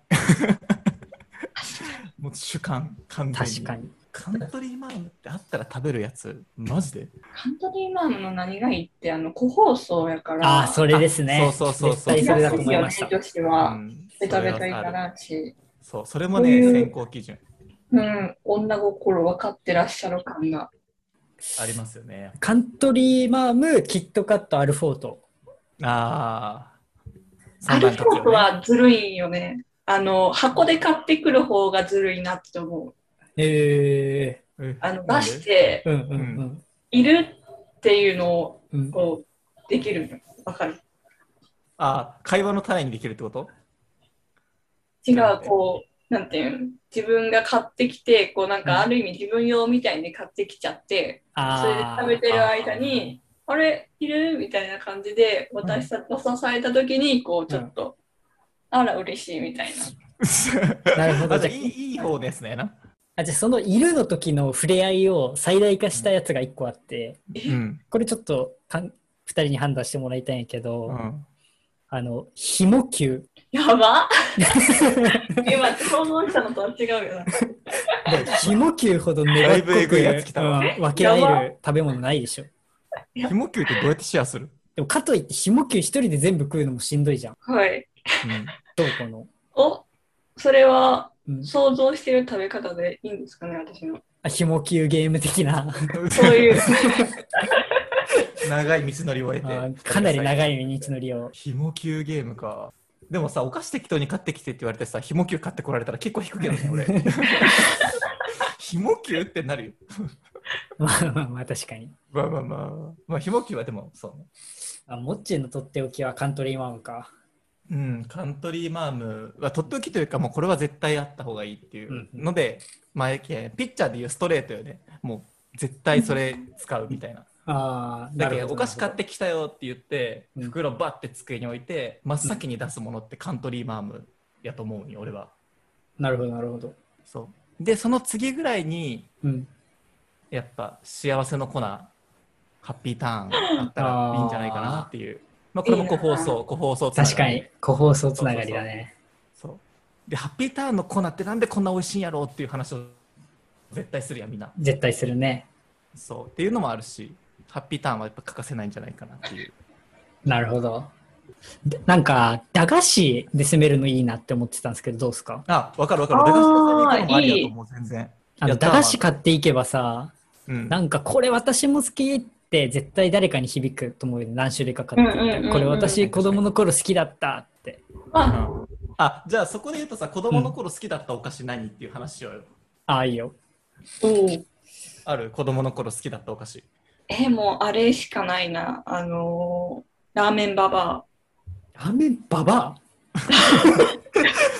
B: もう主観完全に
C: 確かに。
B: カントリーマームってあったら食べるやつマジで
A: カントリーマームの何がいいって、あの、個包装やから。
C: ああ、それですね。
B: あそうそうそうそう
C: 絶対それだと
A: 安い
C: 思い
A: よ
C: ま
A: ね
C: した、。
A: 女子
B: う
A: は。
B: ん
A: ベタベタい
B: そ
A: か
B: れはある
A: らんし。
B: そうそれも
A: そう
B: ね
A: いう
B: 選考基準
A: うん、女心分かってらっしゃる感が。
B: ありますよね
C: カントリーマーム、キットカット、アルフォート。
B: ああ
A: アルフォートはずるいんよね。あの、箱で買ってくる方がずるいなって思う。
C: え
A: あの、出して、
C: えうんうん
A: いるっていうのを、
C: うん。うん、
A: こう、できるの。わかる。
B: あー会話の種にできるっ
A: <laughs>
B: てこと
A: 違う、こう、なんていうん自分が買ってきて、こう、なんか、ある意味自分用みたいに買ってきちゃって、それで
C: ああ
A: 食。べてる間に、あれ、いるみたいな感じで、私たちと支えた時に、こう、ちょっと、あら、嬉しいみたいな。
C: なるほど
B: あじゃあいいいい方ですねな、
C: あ、じゃあそのいるの時の触れ合いを最大化したやつが一個あって、
B: うん
C: これちょっとかん二人に判断してもらいたいんやけど、
B: うん、
C: あの、ひも球。
A: やば今、想像したのとは違うよな。
C: ひも球ほど粘っこ
B: だいぶえ
C: く、
B: ぐいやつ来たわ
C: うん分け合える食べ物ないでしょ。
B: ひも球ってどうやってシェアする、
C: でもかといってひも球一人で全部食うのもしんどいじゃん。
A: はい。
B: うん
C: どうこの。
A: おそれは
C: うん
A: 想像してる食べ方でいいんですかね、私の。
C: あ、ひも球ゲーム
B: <laughs>
C: 的な。
A: そういう。 <laughs>
B: 長い道のりを終
C: あ
B: えて
C: ーかなり長
B: い
C: い道のりを。
B: ひも球ゲームかでもさお菓子適当に買ってきてって言われてさひも球買ってこられたら結構引くけどね俺ひも球ってなるよ
C: まあまあまあ確かに。
B: まあまあまあまあひも球はでもそうね
C: あモッチーのとっておきはカントリーマームか。
B: うん、カントリーマームはとっておきというかもうこれは絶対あった方がいいっていうので、まあやけんピッチャーでいうストレートよねもう絶対それ使うみたいな
C: ああ、
B: だ
C: な
B: け
C: る
B: ど
C: ほど。
B: お菓子買ってきたよって言って
C: うん
B: 袋バッて机に置いて真っ先に出すものってカントリーマームやと思うんよ俺は
C: なるほど、なるほど。
B: そうでその次ぐらいに
C: うん。
B: やっぱ幸せの粉ハッピーターンあったらいいんじゃないかなっていうまあこれも個包
A: いい
B: 装個包装つながり
C: 確かに、個包装つながりだね。
B: そうでハッピーターンの粉ってなんでこんな美味しいんやろうっていう話を絶対するやんみんな
C: 絶対するね。
B: そうっていうのもあるしハッピーターンはやっぱ欠かせないんじゃないかなっていう
C: なるほど。でなんか、駄菓子で攻めるのいいなって思ってたんですけど、どうですか
B: あわかるわかる
A: あー
B: 駄菓子屋さんに行くのもありやと思う全然
C: あ
B: や
C: の
B: った
C: 駄
B: わ
C: 菓子買っていけばさ、
B: うん
C: なんかこれ私も好きって絶対誰かに響くと思うよね何種類か買っ
A: う
C: てい
A: んうんうん
C: て、
A: うん
C: これ私子供の頃好きだったって。
A: あ、
B: あじゃあそこで言うとさ子供の頃好きだったお菓子何っていう話しようよ、
C: ああ、いいよ。
A: おう
B: ある子供の頃好きだったお菓子
A: え、もうあれしかないな。あのーラーメンババ
C: ラーメンババ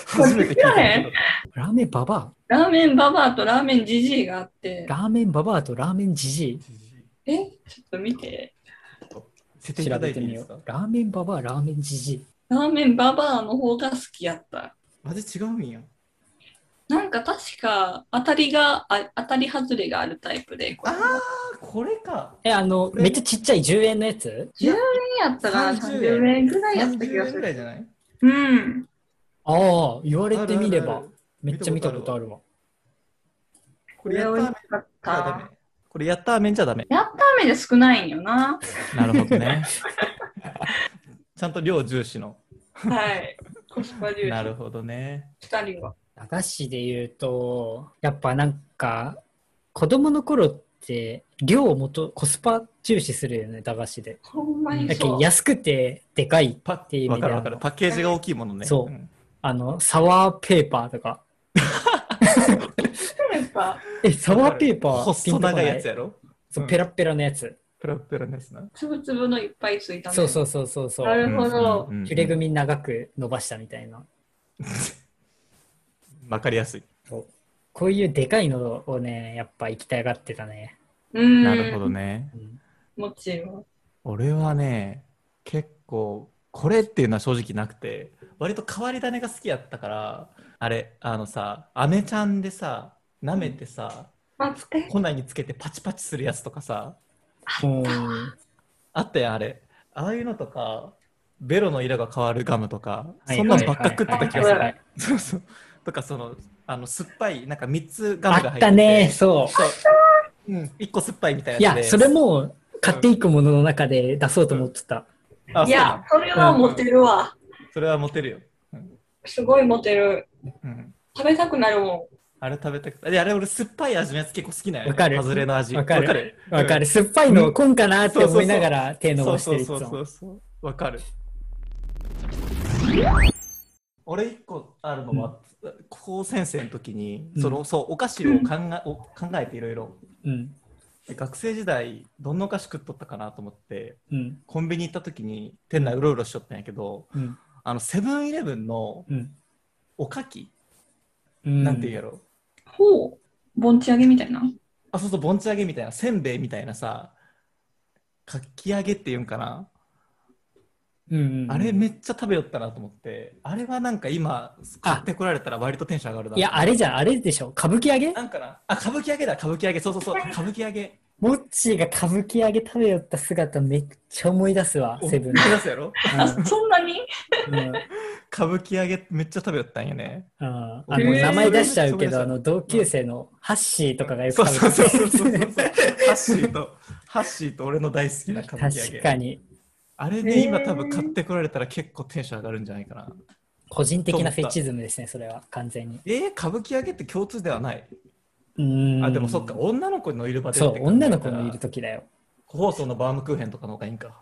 B: 初めて聞いたんだけど
C: アラーメンババ
A: ア。ラーメンババアとラーメンジジイがあって
C: ア。ラーメンババアとラーメンジジイ。
A: え、ちょっと見て。
B: 設定い
C: 調
B: ただ
C: べ
B: い
C: て
B: ていい
C: み
B: で
C: よ
B: すか
C: う。ラーメンババア、ラーメンじじい。
A: ラーメンババアの方が好きやった。
B: マジ違うんや
A: なんか確か当たりがあ当たり外れがあるタイプでこれ
B: ああこれか
C: え、あの、めっちゃちっちゃい10円のやつ
A: やったかな
B: 30
A: 30円ぐらいやった気
B: 30
A: が
B: 円
A: す
B: ぐら
A: る
B: いじゃない
A: うん
C: ああ、言われてみれ
B: あるある
C: ば
B: ある、
C: めっちゃ見たことあるわ。
B: こ
A: こ
B: れ
A: れ
B: やっ
A: 美
B: た
A: 味
B: ー
A: し
B: め
A: かっ
B: じゃダ
A: た
B: メこれやったーめんじゃダメ
A: やった雨で少ないんよな
B: なるほどねちゃんと量重視の
A: はい。コスパ重視。
B: なるほどね。
A: 二人は。
C: 駄菓子で言うと、やっぱなんか、子供の頃って、量をもと、コスパ重視するよね、駄菓子で。
A: ほんまに
C: だけ
A: そ
C: ど
A: う。
C: 安くてでかい、
B: パッ
C: ていう意
B: わ
C: 味で
B: かるわかる。パッケージが大きいものね。
C: そうんあの、サワーペーパーとか。
A: やっぱ、
C: え、サワーペーパー
B: 細
C: とこ
B: 長
C: ない
B: やつやろ
C: そうう、
B: ん
C: ペラッペラのやつ。
B: ペラペラのやつな。
A: つぶつぶのいっぱいついたね。
C: そうそうそうそうそ
A: な
C: う。
A: るほど。
B: うんうんうん
C: ヒュレ組長く伸ばしたみたいな。
B: わかりやすい。
C: こういうでかいのをね、やっぱ行きたがってたね。
A: うん。
B: なるほど。ね。
C: うん
A: もちろん。
B: 俺はね、結構、これっていうのは正直なくて、割と変わり種が好きやったから、あれ、あのさ、アメちゃんでさ、舐めてさ、
A: 懐かしい。
B: 粉につけてパチパチするやつとかさ、
C: うん
B: あったやん、あれ。ああいうのとか、ベロの色が変わるガムとか、
C: はい
B: そんなんばっか食ってた気がす
A: はいはい
B: る。そうそう。とか、その、あの、酸っぱい、なんか3つガム
C: あ
B: が入ってて。
C: ったね、そ。
B: そう。うん、1個酸っぱいみたいう
C: い
B: なやつ
C: や、
B: で。
C: それも買っていくものの中で出そうと思ってた。
B: あ
A: いや、それはモテるわ。
B: それはモテるよ。うん
A: すごいモテる。
B: うん
A: 食べたくなるも
B: あれ食べたくて。あれ俺酸っぱい味のやつ結構好きなんよ。
C: わかる
B: 外れの味。
C: わかる。わかる。酸っぱいうの
B: ん
C: こんかなって思いながら手
B: うん
C: 伸
B: そ
C: ば
B: う
C: して
B: そ
C: る
B: う
C: いつ
B: そうそ
C: も。
B: うそう。わかる。俺一個あるのは、高校先生の時に、その、そう、お菓子を考えを考えていろいろ。
C: うん。
B: で学生時代、どんなお菓子食っとったかなと思って、
C: うん。
B: コンビニ行った時に店内うろうろしとったんやけど、
C: うん。
B: あの、セブンイレブンの
C: うん。
B: おかき、
C: うん
B: なんていうんやろ。
A: ん。ほう。盆地揚げみたいな。
B: あ、そうそう、ぼんち揚げみたいな、せんべいみたいなさ、かき揚げっていうんかな、
C: うんうん
B: あれめっちゃ食べよったなと思って、あれはなんか今、買ってこられたら割とテンション上がるな。
C: いや、あれじゃん、あれでしょ。歌舞伎揚げ
B: なんかなあ、歌舞伎揚げだ、歌舞伎揚げ、そうそうそう、歌舞伎揚げ。
C: モッチーが歌舞伎揚げ食べよった姿めっちゃ思い出すわ、セブン
B: 思い出すやろ
A: あ、そんなに
B: <laughs>
C: うん
B: 歌舞伎揚げめっちゃ食べよったんよね。
C: ああの名前出しちゃうけど、あの同級生のハッシーとかがよ
B: そ
C: く
B: うそう
C: 食
B: そう
C: べ
B: そうそう。
C: て
B: ハッシーと、ハッシーと俺の大好きな歌
C: た。
B: 舞伎揚
C: 確
B: げ。
C: かに、
B: あれね、今多分買ってこられたら結構テンション上がるんじゃないかな。
C: 個人的なフェチズムですね、それは、完全に。
B: えー、歌舞伎揚げって共通ではない。
C: うーん
B: あ、でもそっか、女の子のいる場でって
C: そ
B: 考
C: う
B: え、たら
C: 女の子のいる時だよ。
B: 個包装のバームクーヘンとかの方がいいんか。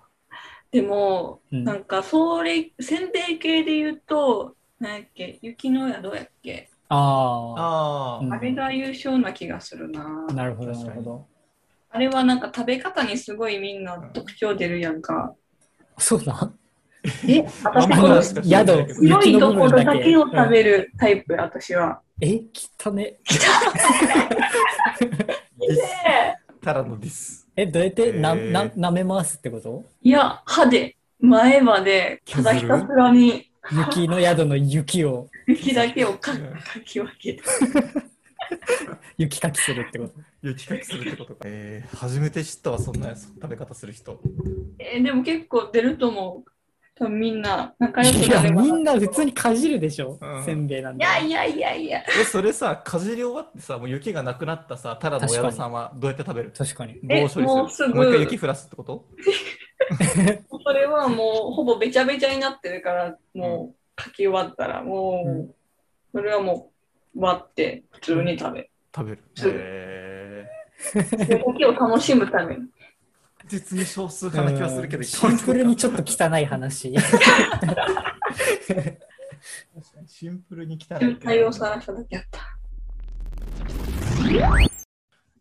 A: でも、
C: うん
A: なんか、それ、せんべい系で言うと、なんやっけ、雪の宿やっけ。
C: あ
B: あ
C: ーうん
A: あれが優勝な気がするな
C: あ、。なるほど、
B: 確
C: な
B: か
C: る
B: に
C: ほど。
A: あれはなんか食べ方にすごいみんな特徴出るやんか。
C: そうなん <laughs>
A: え、
B: あ
A: 私
B: ま
C: あ
B: あ
A: こ
C: の
A: の
B: 確かに
C: 宿、
A: 広い
C: 雪の
A: と
C: 部
A: ころだ
C: 分だ
A: け
C: け。
A: を食べるタイプ、私は。
C: え、汚ね。
B: ただのディス。
C: え、どうやって
B: へ
C: な、
B: ー
C: な、舐め回すってこと
A: いや、歯で、前歯で、ただひたすらに
C: 雪の宿の雪を、 <laughs>
A: 雪だけをかかき分けて。
C: 雪かきするってこと
B: 雪かきするってことか。えー、初めて知ったわ、そんなやつ食べ方する人。
A: えーでも結構出ると思う。多分みんな仲良く
C: い
A: な
C: や、
A: れば。
C: みん
A: い
C: な普通にかじるでしょ、
B: うん
C: せんべいなんで。
A: やいやいやいや。
B: え、それさ、かじり終わってさ、もう雪がなくなったさ、ただの親御さんはどうやって食べる
C: 確かに。
B: どう
A: え
B: る
A: もうすぐ
B: もう一回雪降らすってこと
A: それはもうほぼべちゃべちゃになってるから、もう書き終わったら、もう、
C: う
A: それはもう割って普通に食べる。
B: 食べる。
A: すぐ
B: え
A: で雪を楽しむために。
B: ー、実に少数派な気はするけど、
C: シンプルにちょっと汚い
B: <laughs>
C: 話。
B: 確かにシンプルに汚いけど
A: 球体を晒しただけやった。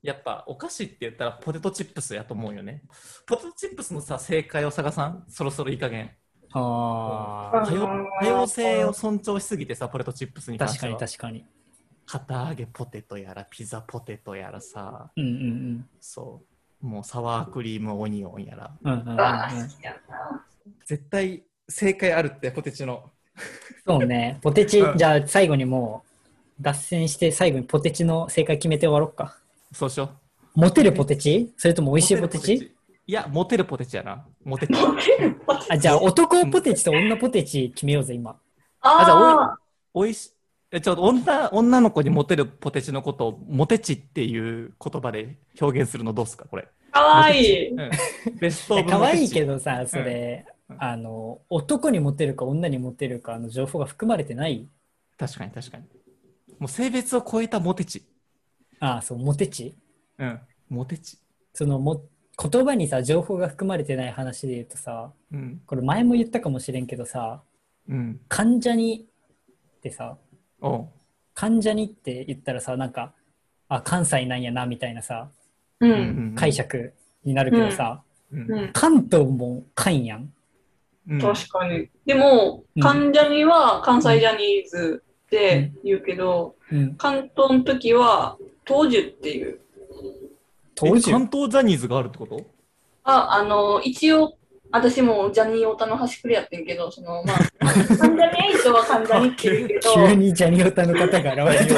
B: やっぱお菓子って言ったらポテトチップスやと思うよね。ポテトチップスのさ、正解を探さんそろそろいい加減。
C: あ
B: 多様多様性を尊重しすぎてさ、ポテトチップスに関
C: あ、確
B: して
C: かに
B: は。
C: 確かに。
B: 旗揚げポテトやら、ピザポテトやらさ、
C: うんうん
B: そう、もうサワークリームオニオンやら。
C: うん。うんうんうんうん
A: ああ、好きやな。
B: 絶対正解あるって、ポテチの。
C: そうね。ポテチ
B: う、ん
C: じゃあ最後にもう、脱線して最後にポテチの正解決めて終わろうか。
B: そうしよう。
C: モテるポテチそれとも
B: 美
C: 美味しいポテチ
B: いや、モテるポテチやな。モテチ。
C: あ、じゃあ男ポテチと女ポテチ決めようぜ、今。
A: あ
B: あじゃ
A: あ
B: あ、おいしえちょっと女女の子にモテるポテチのことをモテチっていう言葉で表現するのどうすかこれ、
A: かわいい。
B: うん、ベストオ
C: いや
B: ブ
C: 可
B: モテ
C: 愛い
B: チ
C: けどさ、それ、あの男にモテるか女にモテるかの情報が含まれてない
B: 確かに確かに。もう性別を超えたモテ値。
C: ああそうモテ値
B: うん。モテ値。
C: そのも言葉にさ情報が含まれてない話で言うとさ
B: うん。
C: これ前も言ったかもしれんけどさ
B: うん。
C: 患者にってさ
B: おう
C: 患者にって言ったらさなんかあ関西なんやなみたいなさ
A: うん。う
B: うん
A: ん。
B: うん
C: 解釈になるけどさ、
B: うん
A: うん。
C: 関東も関やん
B: うん
A: 確かに。でも
C: う、ん
A: 関ジャニは関西ジャニーズって言うけど、
C: うん
A: 関東の時は東樹っていう。
C: 当
B: え
C: 時
B: 関東ジャニーズがあるってこと
A: あ、あの、一応、私もジャニーオタの端くれやってんけど、その、まあ、
C: <laughs>
A: 関ジャニエイトは関ジャニって言うけど、
C: 急にジャニオタの方が現
B: <laughs>
C: れて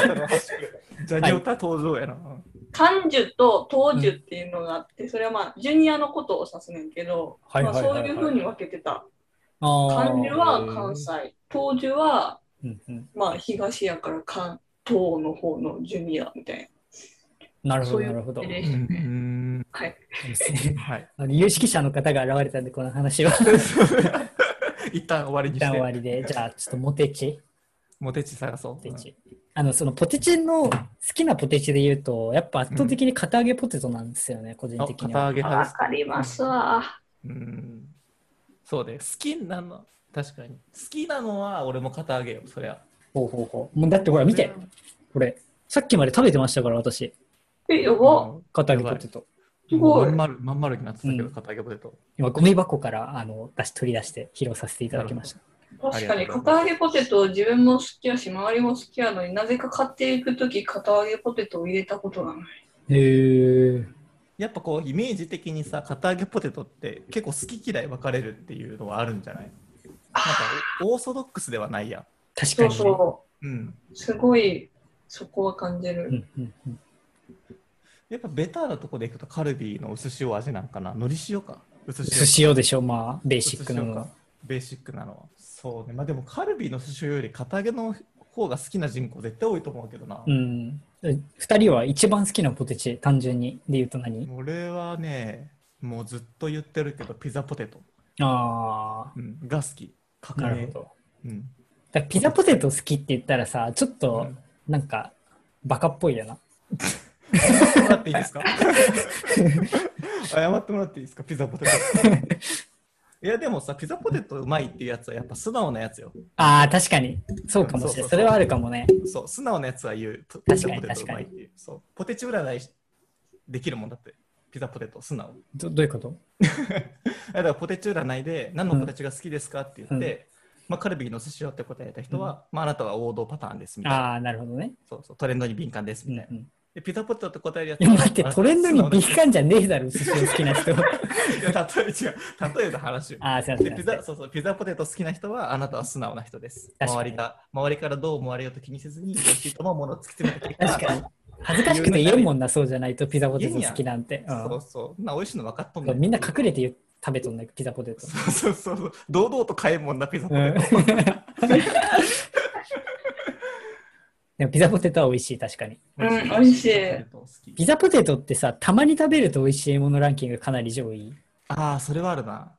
B: <laughs> ジャニオタ登場やな。
A: 関樹と東樹っていうのがあって、それはまあ、ジュニアのことを指すねんけど、
C: はいはいはいはい
A: まあそういうふうに分けてた。
C: あー
A: 関樹は関西、東樹は、
C: うんうん
A: まあ、東やから関東の方のジュニアみたいな。
C: なる
A: そ
C: ほど
A: うい
C: なる
A: う
C: ほ
A: 感
C: ど
A: じ。で
B: う
A: したね。
B: ん。
A: はい。
B: はい。
C: <laughs> あの有識者の方が現れたんでこの話は
B: <laughs> 一旦終わりにし
C: 一
B: て。
C: 旦終わりでじゃあちょっとモテチ
B: モテ値探そ
C: ポ
B: う。
C: テチあのそのポテチの好きなポテチで言うとやっぱ圧倒的に片揚げポテトなんですよね、個人
B: あ
C: 的
B: 片
C: には
B: 揚げ
A: あ
B: 派
A: わ
B: です。
A: かりますわ。
B: うん。そうで、好きなの、確かに。好きなのは俺も片揚げよ、そりゃ。
C: ほうほうほうもうだってほら見てこれさっきまで食べてましたから私
A: え、やば。
C: 片揚げポテト
A: すごい
B: まん丸、まん丸になってたけ
C: う
B: ど、
C: ん
B: 片揚げポテト。
C: 今ゴミ箱からあの出し取り出して披露させていただきました
A: 確か
B: あり
A: に、
B: がとうござ
A: 片
B: います
A: 揚げポテト、自分も好きやし、周りも好きやのになぜか買っていくとき、片揚げポテトを入れたことがない。
C: へえ
B: やっぱこう、イメージ的にさ、片揚げポテトって結構好き嫌い分かれるっていうのはあるんじゃないなんか、オーソドックスではないやん。
C: 確か
A: そ
C: に
A: う
C: ね
A: そ
B: うん。
A: う。すごい、そこは感じ
C: う
A: る。
C: んうんうん
B: やっぱベターなとこでいくとカルビーの薄塩味なんかな。のり塩か。薄
C: 寿司用でしょまあベーシックな
B: 寿司用
C: の
B: かベーシックなのはそうねまあでもカルビーの寿司より片揚げの方が好きな人口絶対多いと思うけどな、
C: うん2人は一番好きなポテチ単純にで言うと何
B: 俺はねもうずっと言ってるけどピザポテト、
C: あ
B: うん、が好き
C: あ
B: 革
C: な
B: 命
C: るほどだか
B: うん、
C: らピザポテト好きって言ったらさちょっと
B: うん
C: なんかバカっぽいよな
B: 謝ってもらっていいです
C: <laughs>
B: か謝ってもらっていいですかピザポ
C: <laughs>
B: テトいやでもさピザポテトうまいっていうやつはやっぱ素直なやつよ
C: あー確かにそうかもしれ
B: そうそうそう
C: ないそれはあるかもね
B: そう素直なやつは言うポピ
C: 確
B: ザポテ
C: かに
B: トうまいっていうそうポテチ占いしできるもんだってピザポテト素直
C: どどういうこと
B: あだからポテチ占いで何のポテチが好きですかって言って、まあ、カルビーの寿司をって答えた人は、まあ、あなたは王道パターンですみたいな
C: ああなるほどね、
B: そうそうトレンドに敏感です
C: うん
B: み
C: う
B: たいな、
C: ん、
B: でピザポテトって答えるやつ
C: いや待ってトレンドに敏
B: <laughs> 感
C: 感じゃねえだろ寿司を好き
B: <laughs>
C: な人
B: 例え違う例えの話
C: ああすいませ
B: で
C: ん
B: ピザそうそうピザポテト好きな人はあなたは素直な人です
C: 確か
B: 周
C: に
B: りが周りからどう思われようと気にせずに美味しいと思うものを突き詰めてきた
C: 確かに恥ずかしくて言えんもんなそうじゃないとピザポテト好きなんて、
B: そううんそうそんな美味しいの分かっとん
C: そ
B: ね
C: うみんな隠れて言う食べとんねピザポテト
B: そうそうそうそう堂々と買えんもんなピザポ
C: う
B: テ
C: ん
B: ト、
C: <laughs> でもピザポテトは美味しい確かに
A: うん美味しい
B: ピザポテト好き
C: ピザポテトってさたまに食べると美味しいものランキングかなり上位
B: ああ、それはあるな。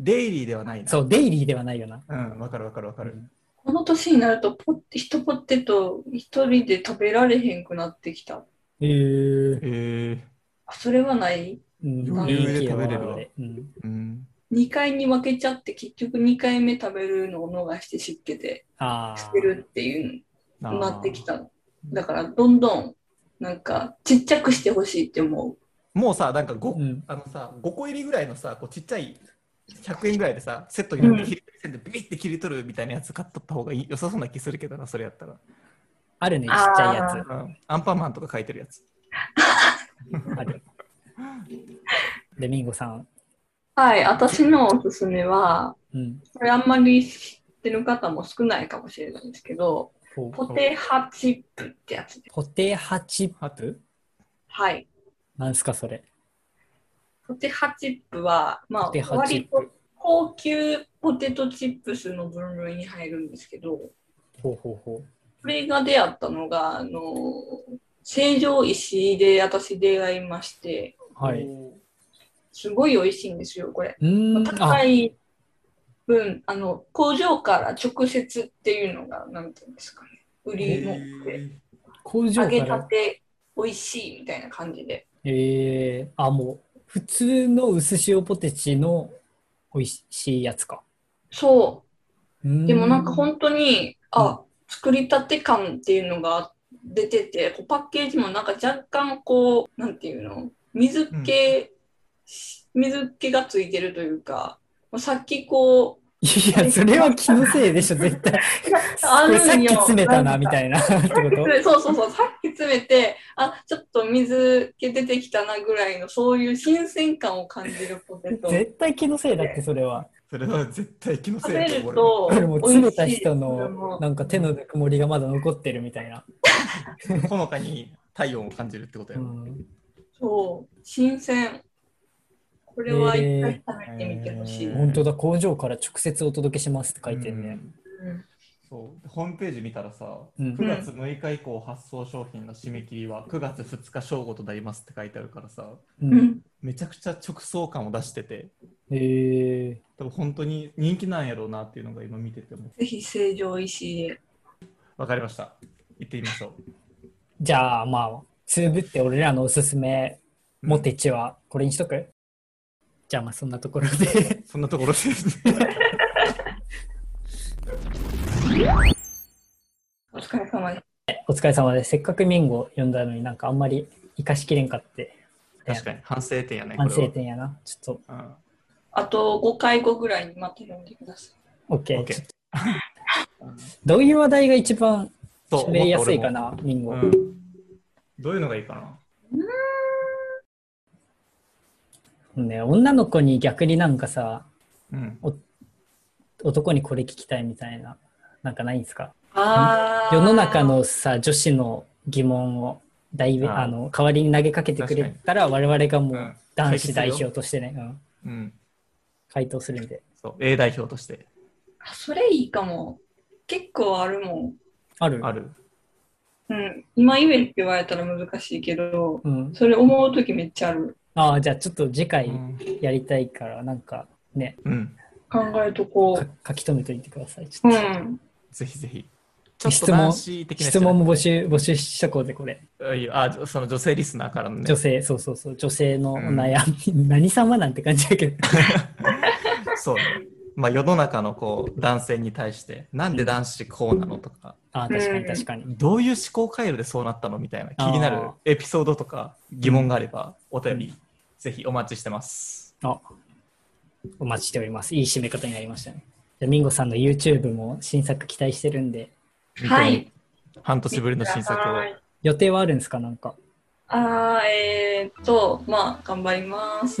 B: デイリーではないな。
C: そうデイリーではないよな
B: うん、わかるわかるわかる。
A: この年になるとポ、一ポテト一人で食べられへんくなってきた。
C: へえ
B: へえ。
A: あそれはない
C: 余
A: 余裕
B: で食べれるわ
C: うん、
B: うん。
A: ?2 回に分けちゃって、結局2回目食べるのを逃して湿気で
C: ああ
A: 捨てるっていう
B: な
A: のになってき。た。だから、どんどん、なんか、ちっちゃくしてほしいって思う。
B: もうさ、なんかご、
C: うん
B: あのさ、5個入りぐらいのさ、こうちっちゃい100円ぐらいでさ、セットになっ
A: うん
B: て切り取り線でビビって切り取るみたいなやつ買っとった方がいい良さそうな気するけどな、それやったら。
C: あるねちっちゃいやつ
B: うん。アンパンマンとか書いてるやつ。
C: あるでミンゴさん、
A: はい、私のおすすめは、
C: うん、
A: これあんまり知ってる方も少ないかもしれないんですけど、
C: ポ
A: ポテハチップってやつです。
C: ポテハチップ
A: はい。
C: なんすかそれ
A: ポテハチップは、ま
C: ポテ
A: あ、
C: ハチッ
A: 割
C: プ
A: と高級ポテトチップスの分類に入るんですけど、
C: ほうほうほ
A: これが出会ったのが、あの、成城石井で私出会いまして、
C: うはい
B: おー。
A: すごい美味しいんですよ、これ。
C: うーんあ
A: 高い分、あの、工場から直接っていうのが、なんていうんですかね。売り文句で。
C: 工場
A: 揚
C: か
A: げた
C: ら。
A: て美味しいみたいな感じで。
C: ええあ、もう、普通の薄塩ポテチの美味しいやつか。
A: そうう。
C: ん
A: でもなんか本当に、あ、作りたて感っていうのが出てて、こうパッケージもなんか若干こう、なんていうの水気、水気がついてるというか、もうさっきこう、
C: いや、それは気のせいでしょ、絶対。
A: <laughs> あ
C: こ
A: る
C: れ
A: んよ
C: さっき詰め
A: な
C: たな、
A: んか
C: みたいな。ってこと
A: <laughs> そうそうそう、さっき詰めて、あ、ちょっと水気出てきたなぐらいの、そういう新鮮感を感じるポテ
C: <laughs>
A: ト。
C: 絶対気のせいだって、それは。
B: それは絶対気のせ
A: 食
B: いだ
A: べ
B: と思
A: る
B: うよ
A: と
C: これ
A: 美味し
C: もう、
A: い
C: 詰めた人
A: それも
C: の、なんか手のぬくもりがまだ残ってるみたいな。
B: ほのかに体温を感じるってこと
C: う
B: やろ、
C: ん、
A: そう、新鮮。これは一回食べてみてほしい。
B: えー
C: 本当だ、工場から直接お届けしますって書いてる
B: う
C: ね。
B: んそうホームページ見たらさ、
C: うん
B: 9月6日以降発送商品の締め切りは9月2日正午となりますって書いてあるからさ
C: う。
A: うんん、
B: めちゃくちゃ直送感を出してて
C: へえ
B: 多分本当に人気なんやろうなっていうのが今見てても
A: ぜひ成城石井へ。
B: わかりました行ってみましょ
C: じゃあ、まあ、ツーブって俺らのおすすめ、
B: う
C: モテチは、これにしとくじゃあ、まあ、そんなところで。 <laughs>
B: そんなところです
A: お疲れ様です。
C: お疲れ様です。せっかくミンゴ読んだのになんかあんまり生かしきれんかって。
B: 確かに反省点やねこれ
C: 反
B: は
C: 省点やな。ちょっ
B: うん
A: あと5回後ぐらいにまた読んでください。
C: と、OK。
B: OK
C: ちょっとどういう話題が一番
B: そう
C: 喋りやすいか
B: 思っ
C: な、ミン
B: た
C: ゴ。
B: 俺もうんどういうのがいいかな
C: ね、女の子に逆になんかさ、
B: うん
C: 男にこれ聞きたいみたいな、なんかないんですか
A: あ
C: 世の中のさ、女子の疑問を代弁
B: あー
C: あの代わりに投げかけてくれたら、我々がも
B: う
C: うん男子代
B: 解決するよ
C: 表としてね、うん、
B: うん
C: 回答するんで。
B: そう A 代表として
A: あそれいいかも。結構あるもん。
C: ある
B: ある
A: うん、今言えって言われたら難しいけど、
C: うん。
A: それ思うときめっちゃある。
C: ああ、じゃあちょっと次回
B: うん
C: やりたいから、なんかね、
B: うん
A: 考えとこ
C: か書き留めといてください。ち
A: う。
C: ょ
A: う
C: っと
A: ん。
B: ぜひぜひちょっ
C: 質
B: と
C: 問
B: 男子的な
C: 質問も募集募集しとこうぜ、これ。
B: いやあその女性リスナーからのね
C: 女性、そうそうそう、女性のお悩み、 <laughs> 何様なんて感じだけど。
B: そうね、まあ、世の中のこう男性に対してなんで男子こうなのとか
C: ああ、確かに確かに。
B: どういう思考回路でそうなったのみたいな気になるエピソードとか疑問があればお便りぜひお待ちしてます。
C: あ、お待ちしております。いい締め方になりましたね。じゃあミンゴさんの YouTube も新作期待してるんで、
A: はい。
B: 半年ぶりの新作を。
A: はい
C: 予定はあるんですかなんか。
A: あー、えー、っと、まあ、頑張ります。